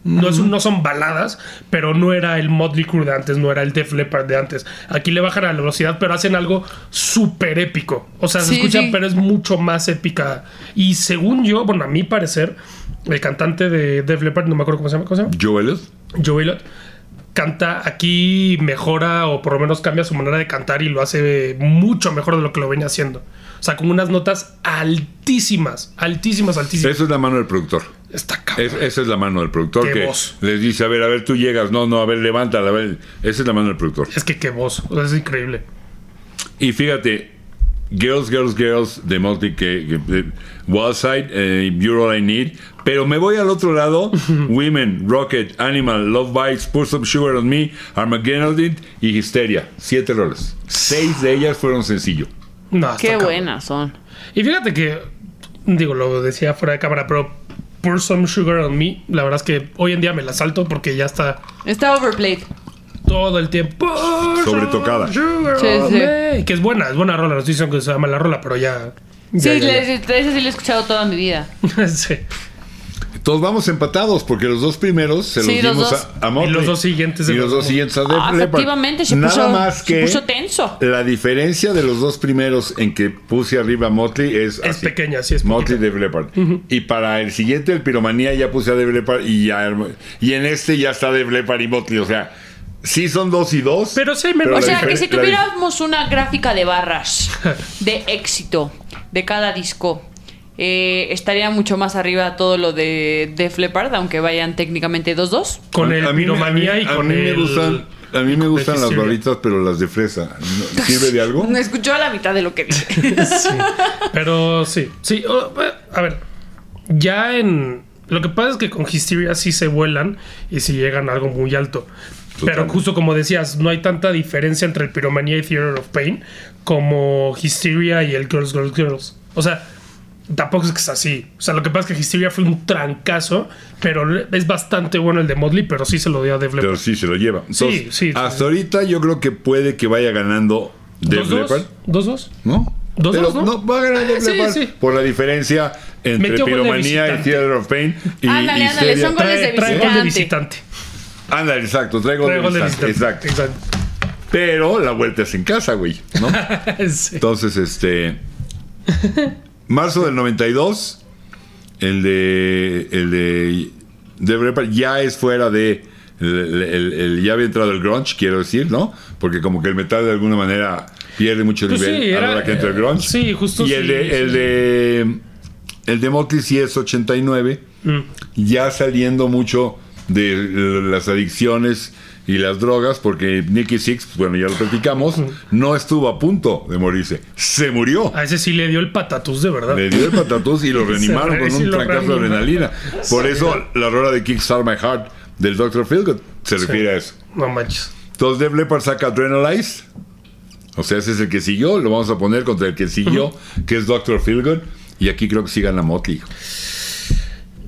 S2: No, es un- no son baladas, pero no era el Motley Crue de antes, no era el Def Leppard de antes. Aquí le bajan a la velocidad, pero hacen algo súper épico. O sea, se
S3: Sí,
S2: escucha,
S3: sí.
S2: pero es mucho más épica. Y según yo, bueno, a mi parecer, el cantante de Def Leppard, no me acuerdo cómo se llama, ¿cómo se llama?
S1: Joel,
S2: Joe Elliott, canta aquí, mejora o por lo menos cambia su manera de cantar y lo hace mucho mejor de lo que lo venía haciendo. O sea, con unas notas altísimas, altísimas, altísimas.
S1: Eso es la mano del productor.
S2: Está
S1: Es-
S2: cabrón.
S1: esa es la mano del productor
S2: Qué
S1: que
S2: voz.
S1: les dice, a ver, a ver, tú llegas, no, no, a ver, levántala, a ver. Esa es la mano del productor.
S2: Es que qué voz, o sea, es increíble.
S1: Y fíjate, Girls, Girls, Girls de Multi, que, que- de Wild Side, eh, You're All I Need. Pero me voy al otro lado. Women, Rocket, Animal, Love Bites, Pour Some Sugar on Me, Armageddon y Hysteria. Siete roles. Seis de ellas fueron sencillo.
S2: No, está
S3: Qué
S2: cabrón.
S3: buenas son.
S2: Y fíjate que, digo, lo decía fuera de cámara, pero Pour Some Sugar on Me, la verdad es que hoy en día me la salto porque ya está
S3: Está overplayed.
S2: todo el tiempo. "Pour some
S1: Sobretocada.
S2: sugar
S3: Sí,
S2: on
S3: sí.
S2: me", Que es buena, es buena rola. No estoy diciendo que se llama la rola, pero ya. ya,
S3: Sí,
S2: ya,
S3: le- ese sí lo he escuchado toda mi vida.
S2: ya. Sí.
S1: Todos vamos empatados porque los dos primeros se los
S3: Sí, los
S1: dimos
S3: dos.
S1: a, a Motley.
S2: Y los dos siguientes de
S1: Y los
S2: los-
S1: dos siguientes a Def
S3: Ah,
S1: Leppard.
S3: efectivamente, se
S1: Nada
S3: puso,
S1: más que
S3: se puso tenso.
S1: La diferencia de los dos primeros en que puse arriba Motley es.
S2: Es pequeña, sí, es
S1: Motley de Leppard. Y para el siguiente, el Piromanía, ya puse a Def Leppard y ya. Y en este ya está Def Leppard y Motley. O sea, sí son dos y dos.
S2: Pero sí hay menos.
S1: la
S3: O sea,
S1: diferen-
S3: que si
S1: la dif-
S3: tuviéramos una gráfica de barras de éxito de cada disco, eh, estaría mucho más arriba todo lo de Def Leppard, aunque vayan técnicamente 2-2.
S2: Con el
S1: A mí me-
S2: piromanía
S1: a mí-
S2: y
S1: a
S2: con
S1: mí me
S2: el-
S1: gustan, a mí me gustan las
S2: Hysteria.
S1: barritas, pero las de fresa. ¿No- ¿Sirve de algo?
S3: Me escuchó a la mitad de lo que dije.
S2: Sí. Pero sí, sí. o- eh, A ver, ya en. Lo que pasa es que con Hysteria sí se vuelan y si llegan a algo muy alto. Pero
S1: Totalmente.
S2: justo como decías, no hay tanta diferencia entre el Piromanía y Theater of Pain como Hysteria y el Girls, Girls, Girls. O sea, tampoco es que es así. O sea, lo que pasa es que Hysteria fue un trancazo, pero es bastante bueno el de Motley, pero sí se lo dio a Def
S1: Pero
S2: Leppard.
S1: sí se lo lleva. Entonces,
S2: sí, sí.
S1: Hasta ahorita yo creo que puede que vaya ganando Def
S2: ¿Dos, dos?
S1: Leppard.
S2: ¿Dos, dos?
S1: ¿No?
S2: Dos,
S1: Pero
S2: dos, ¿no?
S1: va a ganar Def
S2: Sí,
S1: Leppard
S2: sí.
S1: por la diferencia entre
S2: Metió gol de
S1: Piromanía y
S2: visitante.
S1: Theater of Pain. Y,
S3: Ándale,
S1: y
S3: ándale,
S1: Seria.
S3: son goles de
S2: Trae, trae gol de
S3: visitante.
S2: visitante.
S1: Ándale, exacto, traigo
S2: Trae gol de visitante.
S1: Exacto. Pero la vuelta es en casa, güey, ¿no?
S2: Exacto. Sí.
S1: Entonces, este. Marzo del 92, el de. El de. Def Leppard ya es fuera de. El, el- el- ya había entrado el grunge, quiero decir, ¿no? Porque como que el metal de alguna manera pierde mucho
S2: Pues
S1: nivel
S2: sí,
S1: a la
S2: era-
S1: hora que entra el grunge.
S2: sí, justo
S1: Y el,
S2: sí,
S1: de,
S2: sí.
S1: el de. El de Motley sí es 89, ya saliendo mucho de las adicciones y las drogas, porque Nicky Six, pues, bueno, ya lo platicamos, no estuvo a punto de morirse. Se murió.
S2: A ese sí le dio el patatús de verdad.
S1: Le dio el patatús y lo reanimaron
S2: re-
S1: con
S2: sí
S1: un
S2: lo
S1: trancazo de
S2: reanimaron.
S1: adrenalina. Por
S2: Sí.
S1: eso la rola de Kickstart My Heart del Dr. Philgood se refiere a eso.
S2: No manches.
S1: Entonces Def Leppard saca Adrenalize. O sea, ese es el que siguió. Lo vamos a poner contra el que siguió, que es Dr. Philgood. Y aquí creo que sigan la Motley.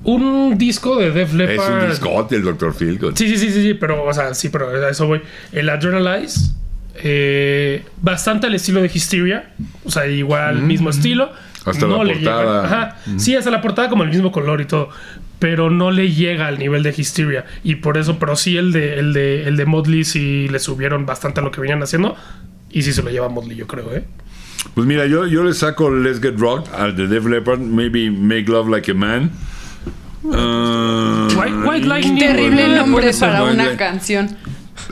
S2: Un disco de Def
S1: Es
S2: Leppard.
S1: un discote el Dr. Philgood.
S2: Sí, sí, sí, sí, sí, pero, o sea, sí, pero a eso voy. El Adrenalize, eh, bastante al estilo de Hysteria, o sea, igual, mismo estilo.
S1: Mm. Hasta la
S2: le llega-
S1: portada. Mm.
S2: Ajá. Sí, hasta la portada como el mismo color y todo, pero no le llega al nivel de Hysteria. Y por eso, pero sí el de, el de, el de Motley sí le subieron bastante a lo que venían haciendo. Y sí se lo lleva Motley, yo creo, ¿eh?
S1: Pues mira, yo, yo le saco Let's Get Rocked al de Def Leppard. Maybe Make Love Like a Man. Ah,
S2: White, White Lightning.
S3: Terrible
S1: Bueno,
S3: nombre
S1: bueno,
S3: para
S1: bueno,
S3: una
S1: bueno.
S3: canción.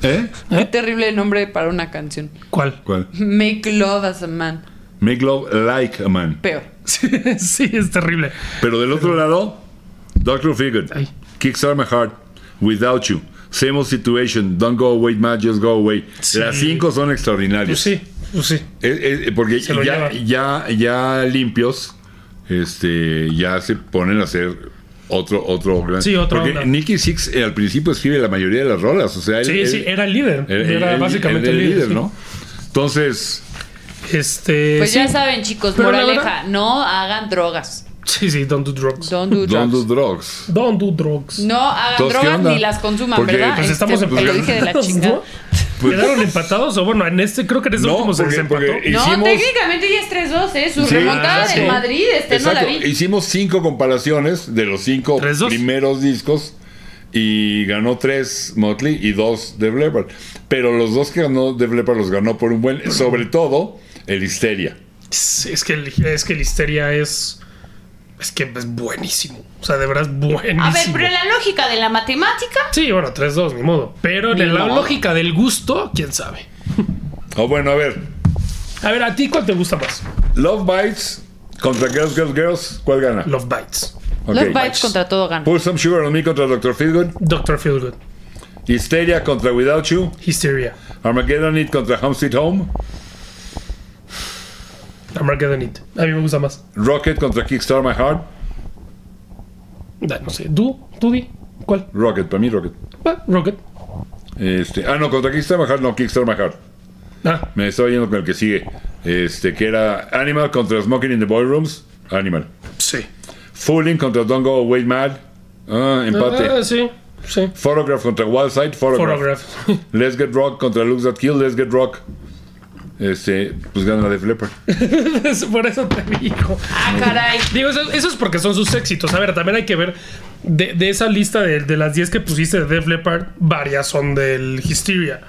S1: ¿Eh?
S3: Qué terrible nombre para una canción.
S2: ¿Cuál?
S1: ¿Cuál?
S3: Make love as a man.
S1: Make Love Like a Man.
S3: Peor.
S2: Sí, sí, es terrible.
S1: Pero del otro lado, Dr. Figured,
S2: Ay.
S1: Kickstart My Heart, Without You, Same Old Situation, Don't Go Away, Matt, Just Go Away.
S2: Sí.
S1: Las cinco son extraordinarias.
S2: Pues sí, pues sí.
S1: Eh, eh, porque
S2: Se lo
S1: ya,
S2: lleva.
S1: ya, ya limpios, este, ya se ponen a hacer otro, otro gran-
S2: Sí, otra
S1: Porque
S2: onda.
S1: Nicky Six eh, al principio escribe la mayoría de las rolas. O sea, él-
S2: Sí,
S1: él-
S2: sí, era el líder.
S1: él- él-
S2: era
S1: él-
S2: básicamente
S1: él
S2: el
S1: era
S2: líder. sí.
S1: ¿no? Entonces,
S2: Este.
S3: Pues
S2: sí.
S3: ya saben, chicos,
S2: Pero la
S3: moraleja,
S2: verdad-
S3: no hagan drogas.
S2: Sí, sí, don't do drugs.
S3: Don't do
S1: Don't
S3: drugs.
S1: Do Drugs.
S2: Don't do drugs.
S3: No hagan
S1: Entonces, ¿qué
S3: drogas
S1: onda?
S3: ni las consuman,
S1: Porque,
S3: ¿verdad?
S1: pues,
S3: Este,
S2: estamos en
S3: te lo dije de la
S2: problemas,
S3: chingada. Pues
S2: ¿no? ¿Quedaron
S3: Este,
S2: empatados? O bueno, en este creo que en este
S1: No,
S2: último se
S1: porque-
S2: desempató.
S1: porque-
S3: No,
S1: Hicimos-
S3: técnicamente ya es 3-2, ¿eh? Su
S1: Sí,
S3: remontada
S1: exacto.
S3: de Madrid, este no la
S1: Exacto.
S3: vi.
S1: Hicimos cinco comparaciones de los cinco
S2: Tres, dos.
S1: primeros discos y ganó tres Motley y dos Def Leppard. Pero los dos que ganó Def Leppard los ganó por un buen, sobre todo el Histeria.
S2: Es es que, el- es que la histeria es. Es que es buenísimo. O sea, de verdad es buenísimo.
S3: A ver, pero en la lógica de la matemática.
S2: Sí, bueno, 3-2, ni modo. Pero
S3: Ni
S2: en la
S3: modo.
S2: lógica del gusto, quién sabe.
S1: Oh, bueno, a ver.
S2: A ver, ¿a ti cuál te gusta más?
S1: Love Bites contra Girls, Girls, Girls. ¿Cuál gana?
S2: Love Bites.
S1: Ok.
S3: Los bites contra todo gana.
S1: Pour Some Sugar on Me contra Dr. Feelgood.
S2: Doctor Feelgood.
S1: Hysteria contra Without You.
S2: Hysteria.
S1: Armageddon It contra Home Sweet Home.
S2: Armageddon It. A mí me gusta más.
S1: Rocket contra Kickstart My Heart.
S2: Da, No sé. ¿Tú? ¿Tú di? ¿Cuál?
S1: Rocket, para mí Rocket.
S2: Ah, Rocket.
S1: Este, ah, no, contra Kickstart My Heart, no, Kickstart My Heart.
S2: Ah,
S1: Me estaba yendo con el que sigue. Este, que era Animal contra Smoking in the Boyrooms. Animal.
S2: sí.
S1: Fooling contra Don't Go Away Mad. Ah, empate.
S2: Ah, sí. Sí.
S1: Photograph contra Wild Side. Photograph.
S2: Photograph.
S1: Let's Get Rock contra Looks That Kill. Let's Get Rock. Este, pues gana la de Leppard.
S2: Por eso te digo.
S3: Ah, caray.
S2: Digo, eso, eso es porque son sus éxitos. A ver, también hay que ver de, de esa lista de, de las 10 que pusiste de Def Leppard, varias son del Hysteria.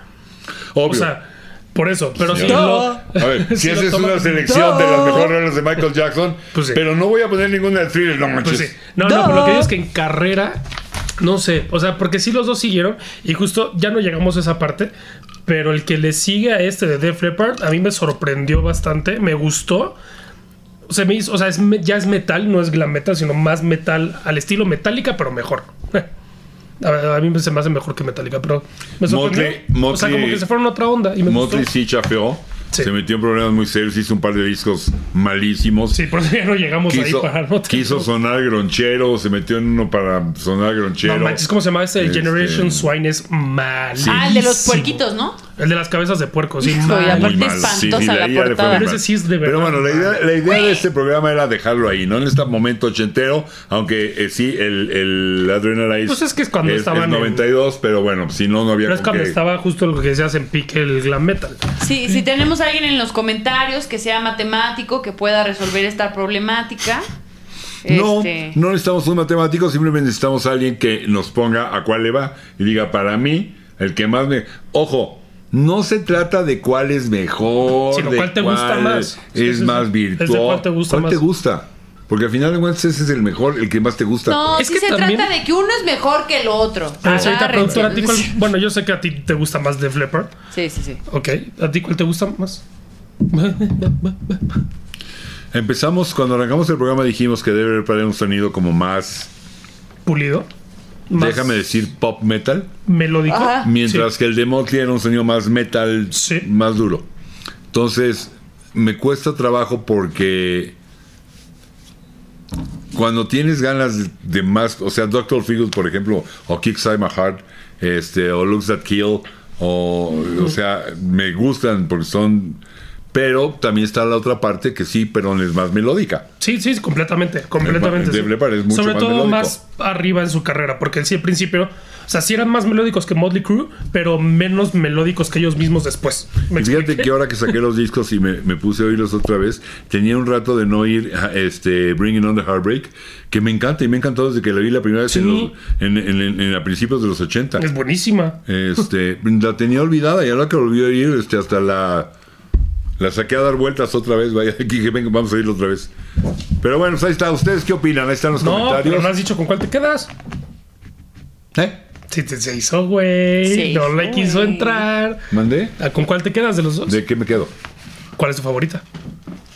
S1: Obvio.
S2: O sea, por eso. Pero si
S1: Sí.
S2: lo-
S1: a ver, si
S2: lo
S1: haces
S2: tomas-
S1: una selección de las mejores rolas de Michael Jackson,
S2: Pues sí.
S1: pero no voy a poner ninguna de thriller, no manches.
S2: Pues sí. No, no, pero lo que digo es que en carrera, no sé. O sea, porque sí los dos siguieron y justo ya no llegamos a esa parte. Pero el que le sigue a este de Def Leppard a mí me sorprendió bastante, me gustó. Se me hizo, o sea, es me- ya es metal, no es glam metal, sino más metal, al estilo metálica, pero mejor. A, a mí se me hace mejor que metálica, pero me sorprendió.
S1: Motley-
S2: o sea, como
S1: Motley-
S2: que se fueron a otra onda y me
S1: Motley
S2: gustó.
S1: sí chafeó,
S2: Sí.
S1: se metió en problemas muy serios, hizo un par de discos malísimos.
S2: Sí, por eso ya no llegamos
S1: Quiso,
S2: ahí para no
S1: quiso sonar gronchero, se metió en uno para sonar gronchero.
S2: No manches, ¿cómo se llama este?
S1: Este-
S2: Generation Swine es malísimo.
S3: Ah, el de los puerquitos, ¿no?
S2: El de las cabezas de puerco, sí.
S3: Hijo,
S2: mal.
S3: y aparte
S1: Muy mal,
S3: espantosa
S1: sí, sí, de
S3: la
S1: ahí ya le fue muy
S3: portada.
S1: mal.
S2: Pero ese sí es de
S1: Pero
S2: verdad
S1: bueno, la idea,
S2: mal.
S1: la idea de este programa era dejarlo ahí, ¿no? En este momento ochentero, aunque eh, sí, el, el Adrenaline
S2: Pues es que es cuando estaban en-
S1: 92, pero bueno, si no, no había
S2: Pero es
S1: con
S2: cuando
S1: qué.
S2: estaba justo lo que decías en pique el glam metal.
S3: Sí, si tenemos a alguien en los comentarios que sea matemático, que pueda resolver esta problemática.
S1: No,
S3: este,
S1: no necesitamos un matemático, simplemente necesitamos a alguien que nos ponga a cuál le va y diga, para mí, el que más me... Ojo, no se trata de cuál es mejor,
S2: Sino
S1: de
S2: cuál te gusta más. Sí,
S1: Es
S2: sí, sí.
S1: más
S2: Es de
S1: virtuoso.
S2: cuál te gusta
S1: ¿Cuál
S2: más.
S1: te gusta? Porque al final de cuentas ese es el mejor, el que más te gusta.
S3: No,
S2: Es
S3: sí
S2: que
S3: se
S2: también- Ah,
S3: trata de que uno es mejor que el otro.
S2: Pero si ahorita,
S3: Agárrense.
S2: productor, ¿a ti cuál- Bueno, yo sé que a ti te gusta más Def Leppard.
S3: Sí, sí, sí.
S2: Ok. ¿A ti cuál te gusta más?
S1: Empezamos, cuando arrancamos el programa dijimos que debe haber un sonido como más,
S2: Pulido. Más
S1: déjame decir, pop metal.
S2: Melódico.
S3: Ajá.
S1: Mientras que el de Motley era un sonido más metal,
S2: Sí.
S1: más duro. Entonces, me cuesta trabajo porque cuando tienes ganas de, de más, o sea, Doctor Figures, por ejemplo, o Kick Side My Heart, este, o Looks That Kill, o, o sea, me gustan porque son. Pero también está la otra parte que sí, pero es más melódica.
S2: Sí, sí, completamente, completamente.
S1: El de
S2: sí.
S1: Leppard es mucho
S2: Sobre
S1: más
S2: todo
S1: melódico.
S2: más arriba en su carrera, porque sí al principio, o sea, sí eran más melódicos que Motley Crue, pero menos melódicos que ellos mismos después. ¿Me
S1: Y fíjate
S2: expliqué?
S1: que ahora que saqué los discos y me, me puse a oírlos otra vez, tenía un rato de no oír a, este, Bringing on the Heartbreak, que me encanta y me ha encantado desde que la oí la primera vez en,
S2: Sí.
S1: los- en- en- en- en- a principios de los 80.
S2: es buenísima.
S1: Este, la tenía olvidada y ahora que la volví a oír, este, hasta la, la saqué a dar vueltas otra vez. Vaya, aquí dije, venga, vamos a oírlo otra vez. Pero bueno, pues ahí está. ¿Ustedes qué opinan? Ahí están los
S2: No, pero
S1: comentarios.
S2: no has dicho con cuál te quedas.
S1: ¿Eh?
S2: Sí, te, se hizo, güey.
S3: Se
S2: no
S3: hizo,
S2: le quiso
S3: güey.
S2: entrar.
S1: ¿Mandé?
S2: Ah, ¿Con cuál te quedas de los dos?
S1: ¿De qué me quedo?
S2: ¿Cuál es tu favorita?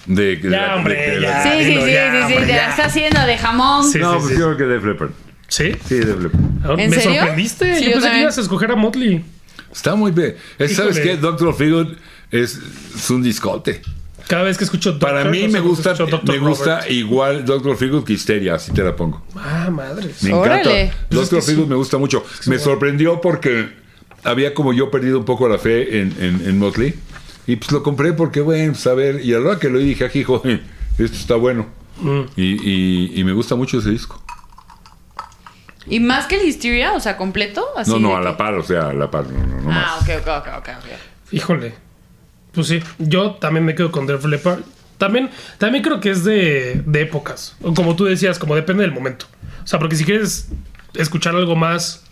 S1: De, de
S2: Ya, hombre,
S1: de- de
S2: ya.
S3: Sí, sí, sí,
S2: dilo ya,
S3: sí, sí,
S2: hombre,
S3: te
S2: ya.
S3: la está haciendo de jamón.
S2: Sí,
S1: No,
S2: sí,
S1: pues
S2: sí.
S1: yo creo que Def Leppard.
S2: ¿Sí?
S1: Sí, Def Leppard.
S2: Ah,
S3: ¿En
S2: Me
S3: serio?
S2: sorprendiste.
S3: Sí,
S2: yo
S3: yo
S2: pensé que
S3: también.
S2: ibas a escoger a Motley.
S1: Está muy bien. Es- ¿Sabes
S2: Híjole.
S1: qué? Doctor Feelgood es, es un discote.
S2: Cada vez que escucho
S1: Para
S2: Doctor,
S1: mí
S2: no sé,
S1: me gusta,
S2: escucho Dr.
S1: me gusta
S2: Robert.
S1: igual Doctor Feelgood que Histeria, así te la pongo.
S2: Ah, madres.
S1: Me
S3: Pues, Órale.
S1: encanta.
S2: Pues
S1: Doctor Feelgood me gusta mucho. Me sorprendió porque había como yo perdido un poco la fe en, en, en Motley. Y pues lo compré porque, bueno, pues a ver. Y a la hora que lo oí dije, aquí, joder, esto está bueno.
S2: Mm.
S1: Y, y- y me gusta mucho ese disco.
S3: ¿Y más que el Hysteria? O sea, completo. Así
S1: No,
S3: de
S1: no, a la
S3: que-
S1: par, o sea, a la par, no, no, no más.
S3: Ah, ok, ok, ok, ok. ok.
S2: Híjole. Pues sí, yo también me quedo con Def Leppard. También, también creo que es de, de épocas. O Como tú decías, como depende del momento. O sea, porque si quieres escuchar algo más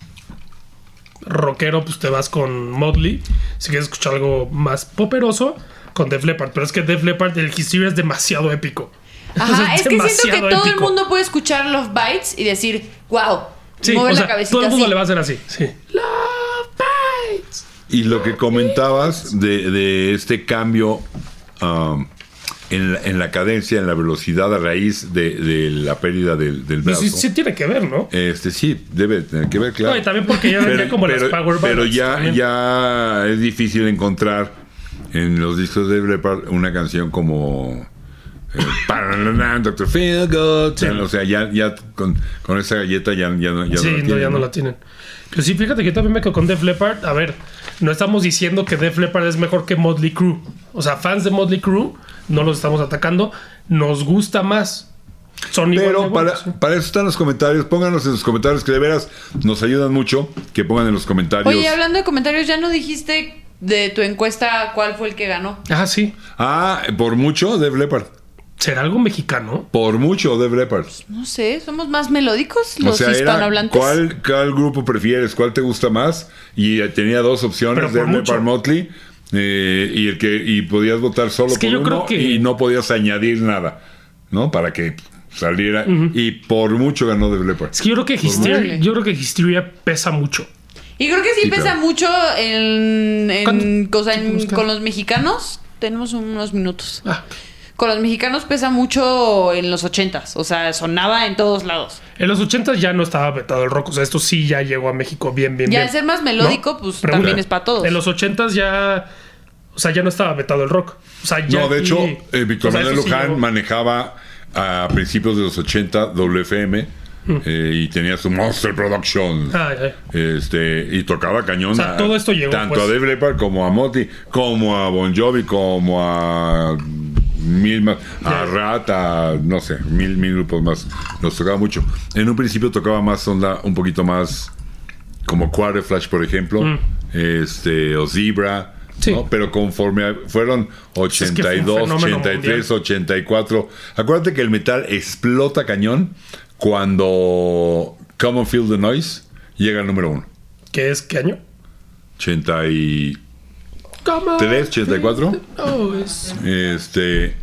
S2: rockero, pues te vas con Motley. Si quieres escuchar algo más poperoso, con Def Leppard. Pero es que Def Leppard, el Hysteria es demasiado épico. O sea,
S3: Ajá, es que siento que
S2: demasiado
S3: todo el
S2: épico.
S3: mundo puede escuchar Love Bites y decir, wow,
S2: Sí,
S3: mover
S2: o
S3: la
S2: sea,
S3: cabecita
S2: todo el mundo
S3: así".
S2: le va a hacer así. Sí.
S1: Y lo que comentabas de, de este cambio um, en, la, en la cadencia, en la velocidad a raíz de, de la pérdida del, del
S2: Pues
S1: brazo.
S2: sí, sí tiene que ver, ¿no?
S1: Este sí, debe tener que ver, claro.
S2: No, y también porque ya venía como las Power
S1: pero
S2: Ballads
S1: ya,
S2: también.
S1: ya es difícil encontrar en los discos de Leppard una canción como eh, Paraná, Dr. Feel Good. O sea, ya, ya con, con esa galleta ya, ya, no- ya
S2: sí,
S1: no la
S2: no, ya
S1: tienen,
S2: no la tienen. Pero sí, fíjate que yo también me quedo con Def Leppard. A ver, no estamos diciendo que Def Leppard es mejor que Motley Crue. O sea, fans de Motley Crue no los estamos atacando. Nos gusta más. Son igual de
S1: Pero para,
S2: buenos. ¿eh?
S1: para eso están los comentarios. Pónganos en los comentarios que de veras nos ayudan mucho. Que pongan en los comentarios.
S3: Oye, hablando de comentarios, ya no dijiste de tu encuesta cuál fue el que ganó.
S2: Ah, sí.
S1: ah, por mucho Def Leppard.
S2: ¿Será algo mexicano?
S1: Por mucho Def Leppard.
S3: No sé, somos más melódicos
S1: O
S3: los
S1: sea, era,
S3: hispanohablantes.
S1: ¿cuál, ¿Cuál grupo prefieres? ¿Cuál te gusta más? Y eh, tenía dos opciones,
S2: Pero por
S1: Def Leppard
S2: mucho.
S1: Motley. eh, y el que y podías votar solo
S2: Es que
S1: por
S2: yo
S1: uno
S2: creo que-
S1: y no podías añadir nada, ¿no? Para que saliera y por mucho ganó Def Leppard.
S2: Es que yo creo
S1: Pues
S2: que Hysteria,
S3: Órale.
S2: yo creo que Hysteria pesa mucho.
S3: Y creo que sí,
S1: Sí,
S3: pesa
S1: claro.
S3: mucho en, en-
S2: ¿Cuánto?
S3: o sea, en-
S2: Busca.
S3: con los mexicanos. Tenemos unos minutos.
S2: Ah,
S3: Con los mexicanos pesa mucho en los ochentas. O sea, sonaba en todos lados.
S2: en los 80 ya no estaba vetado el rock. O sea, esto sí ya llegó a México bien, bien,
S3: Ya
S2: bien.
S3: al ser más melódico,
S2: ¿No?
S3: pues
S2: Pregunta.
S3: también es para todos.
S2: En los 80 ya. O sea, ya no estaba vetado el rock. O sea, ya.
S1: No, de
S2: aquí-
S1: hecho, eh, Víctor
S2: o sea,
S1: Manuel
S2: eso sí
S1: Luján
S2: llegó.
S1: manejaba a principios de los 80 WFM eh, y tenía su Monster Production.
S2: Mm. Ah, ya, ya.
S1: Este, y tocaba cañón.
S2: O sea,
S1: a-
S2: todo esto llegó,
S1: Tanto
S2: pues.
S1: a Def Leppard como a Moti, como a Bon Jovi, como a mil más, a
S2: Ya.
S1: Rat, a no sé, mil, mil grupos más. Nos tocaba mucho. En un principio tocaba más onda, un poquito más como Quarterflash, por ejemplo, este, o Zebra.
S2: Mm. Sí.
S1: ¿no? Pero conforme a- fueron
S2: es que fue un
S1: 82,
S2: fenómeno
S1: 83, 84. Acuérdate que el metal explota cañón cuando Come and Feel the Noise llega al número uno.
S2: ¿Qué es? ¿Qué año?
S1: 83,
S2: Ah,
S1: 84.
S2: No, es.
S1: Este,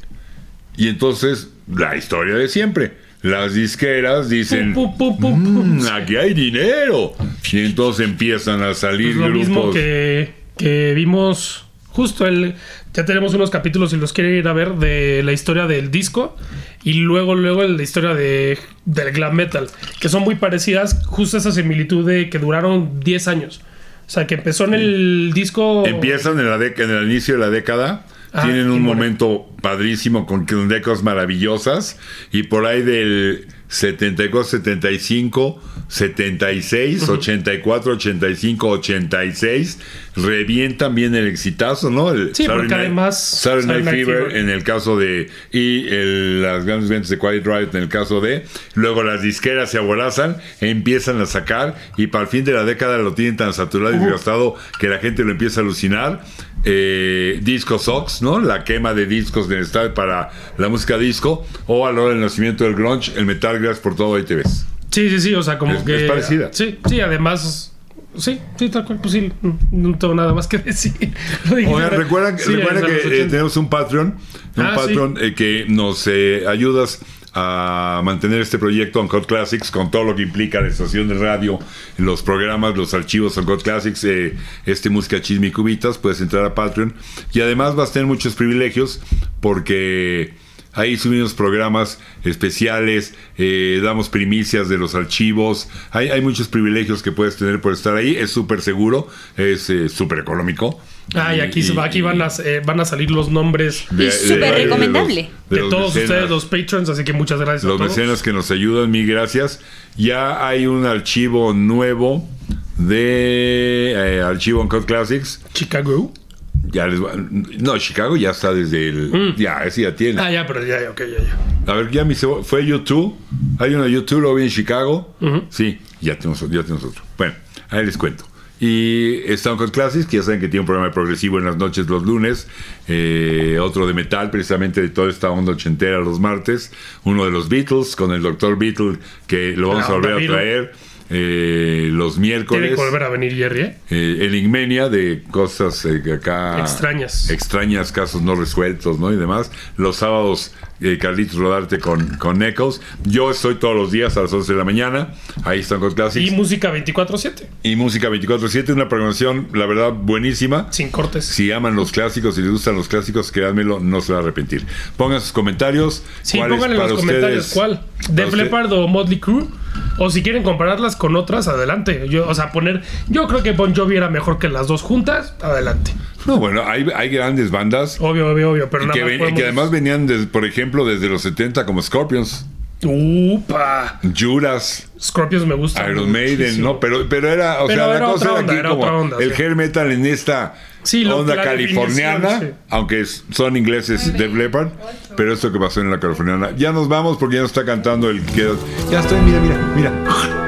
S1: y entonces, la historia de siempre. Las disqueras dicen,
S2: Pum, pum, pum, pum, pum.
S1: "Mm, aquí hay dinero. Y entonces empiezan a salir
S2: Pues lo mismo
S1: grupos.
S2: que, que vimos justo el ya tenemos unos capítulos si los quieren ir a ver de la historia del disco y luego luego la historia de del glam metal que son muy parecidas justo esa similitud de que duraron 10 años o sea que empezó en el disco
S1: Empiezan en, la dec- en el inicio de la década.
S2: Ah,
S1: tienen
S2: y
S1: un
S2: mueren.
S1: momento padrísimo con con décadas maravillosas. Y por ahí del 74, 75, 76, 84, 85, 86. Revientan bien el exitazo, ¿no? El
S2: Sí, porque
S1: Night-
S2: además-
S1: Saturday
S2: Saturday
S1: Night
S2: Night
S1: Fever
S2: Fever.
S1: en el caso de. Y el- las grandes ventas de Quiet Riot en el caso de. Luego las disqueras se aborazan, empiezan a sacar. Y para el fin de la década lo tienen tan saturado y desgastado que la gente lo empieza a alucinar. Eh, disco Sox, ¿no? La quema de discos del Estado para la música disco. O a la hora del nacimiento del grunge, el metal, gracias por todo, ahí te ves.
S2: sí sí sí o sea como
S1: Es-
S2: que
S1: es parecida.
S2: sí sí además sí sí tal cual pues sí no, no tengo nada más que decir Lo dije.
S1: Oigan, recuerda, que-
S2: Sí,
S1: recuerda
S2: es a
S1: que
S2: los
S1: eh,
S2: 80.
S1: tenemos un Patreon, un
S2: Ah, sí.
S1: Patreon eh, que nos eh, ayudas a mantener este proyecto Uncut Classics con todo lo que implica la estación de radio, los programas, los archivos Uncut Classics, eh, este música chisme y cubitas, puedes entrar a Patreon y además vas a tener muchos privilegios porque ahí subimos programas especiales, eh, damos primicias de los archivos, hay, hay muchos privilegios que puedes tener por estar ahí, es súper seguro, es eh, súper económico.
S2: Ah, y aquí, se va- aquí van, a, eh, van a salir los nombres
S1: De-
S3: Y
S1: de-
S3: súper
S1: de- de
S3: recomendable.
S1: los- de
S2: de
S1: los
S2: todos
S1: mecenas,
S2: ustedes, los patrons, así que muchas gracias a
S1: los
S2: todos.
S1: mecenas que nos ayudan, mil gracias. Ya hay un archivo nuevo de eh, Archivo Uncut Classics.
S2: Chicago.
S1: Ya les va- no, Chicago ya está desde el. Ya, ese ya tiene.
S2: Mm. Ah, ya, pero ya, ya, ok, ya, ya.
S1: A ver, ya me hice- fue YouTube. Hay una YouTube, lo vi en Chicago. Sí, ya tenemos, ya tenemos otro. Bueno, ahí les cuento. Y está Uncut Classics, que ya saben que tiene un programa de progresivo en las noches los lunes, eh, otro de metal, precisamente de toda esta onda ochentera los martes, uno de los Beatles con el Dr. Beatle, que lo vamos
S2: La
S1: a volver
S2: onda
S1: a traer eh, los
S2: Tiene
S1: miércoles.
S2: que volver a venir Jerry, ¿eh?
S1: Eh, Enigmenia de cosas eh, que acá
S2: Extrañas.
S1: extrañas, casos no resueltos, ¿no? Y demás. Los sábados eh, Carlitos Rodarte con, con Eccles. Yo estoy todos los días a las 11 de la mañana. Ahí están con
S2: Y
S1: Classics.
S2: música 24-7,
S1: Y, música 24-7, una programación, la verdad, buenísima.
S2: sin cortes.
S1: Si aman los clásicos y les gustan los clásicos, créanmelo, no se va a arrepentir. Pongan sus comentarios.
S2: Sí,
S1: ¿cuál es
S2: pongan en los
S1: para
S2: comentarios
S1: ustedes-
S2: cuál.
S1: para
S2: ¿De
S1: usted-
S2: Leppard o Motley Crue? O si quieren compararlas con otras, adelante. Yo, o sea, poner. Yo creo que Bon Jovi era mejor que las dos juntas, adelante.
S1: No, bueno, hay, hay grandes bandas
S2: Obvio, obvio, obvio, pero nada
S1: que,
S2: más.
S1: ven-
S2: podemos-
S1: que además venían, desde- por ejemplo, desde los 70 como Scorpions,
S2: ¡Upa!
S1: Juras,
S2: Scorpions me gusta.
S1: Iron Maiden,
S2: muchísimo.
S1: ¿no? Pero, pero era, o
S2: Pero
S1: sea,
S2: era
S1: la cosa
S2: otra
S1: era
S2: onda,
S1: aquí
S2: era
S1: como
S2: otra onda,
S1: el
S2: sí.
S1: hair metal en esta
S2: Sí, lo-
S1: onda
S2: la
S1: californiana,
S2: definición, sí.
S1: aunque es- son ingleses de Leppard, pero esto que pasó en la californiana. Ya nos vamos porque ya nos está cantando el que. Ya estoy, mira, mira, mira.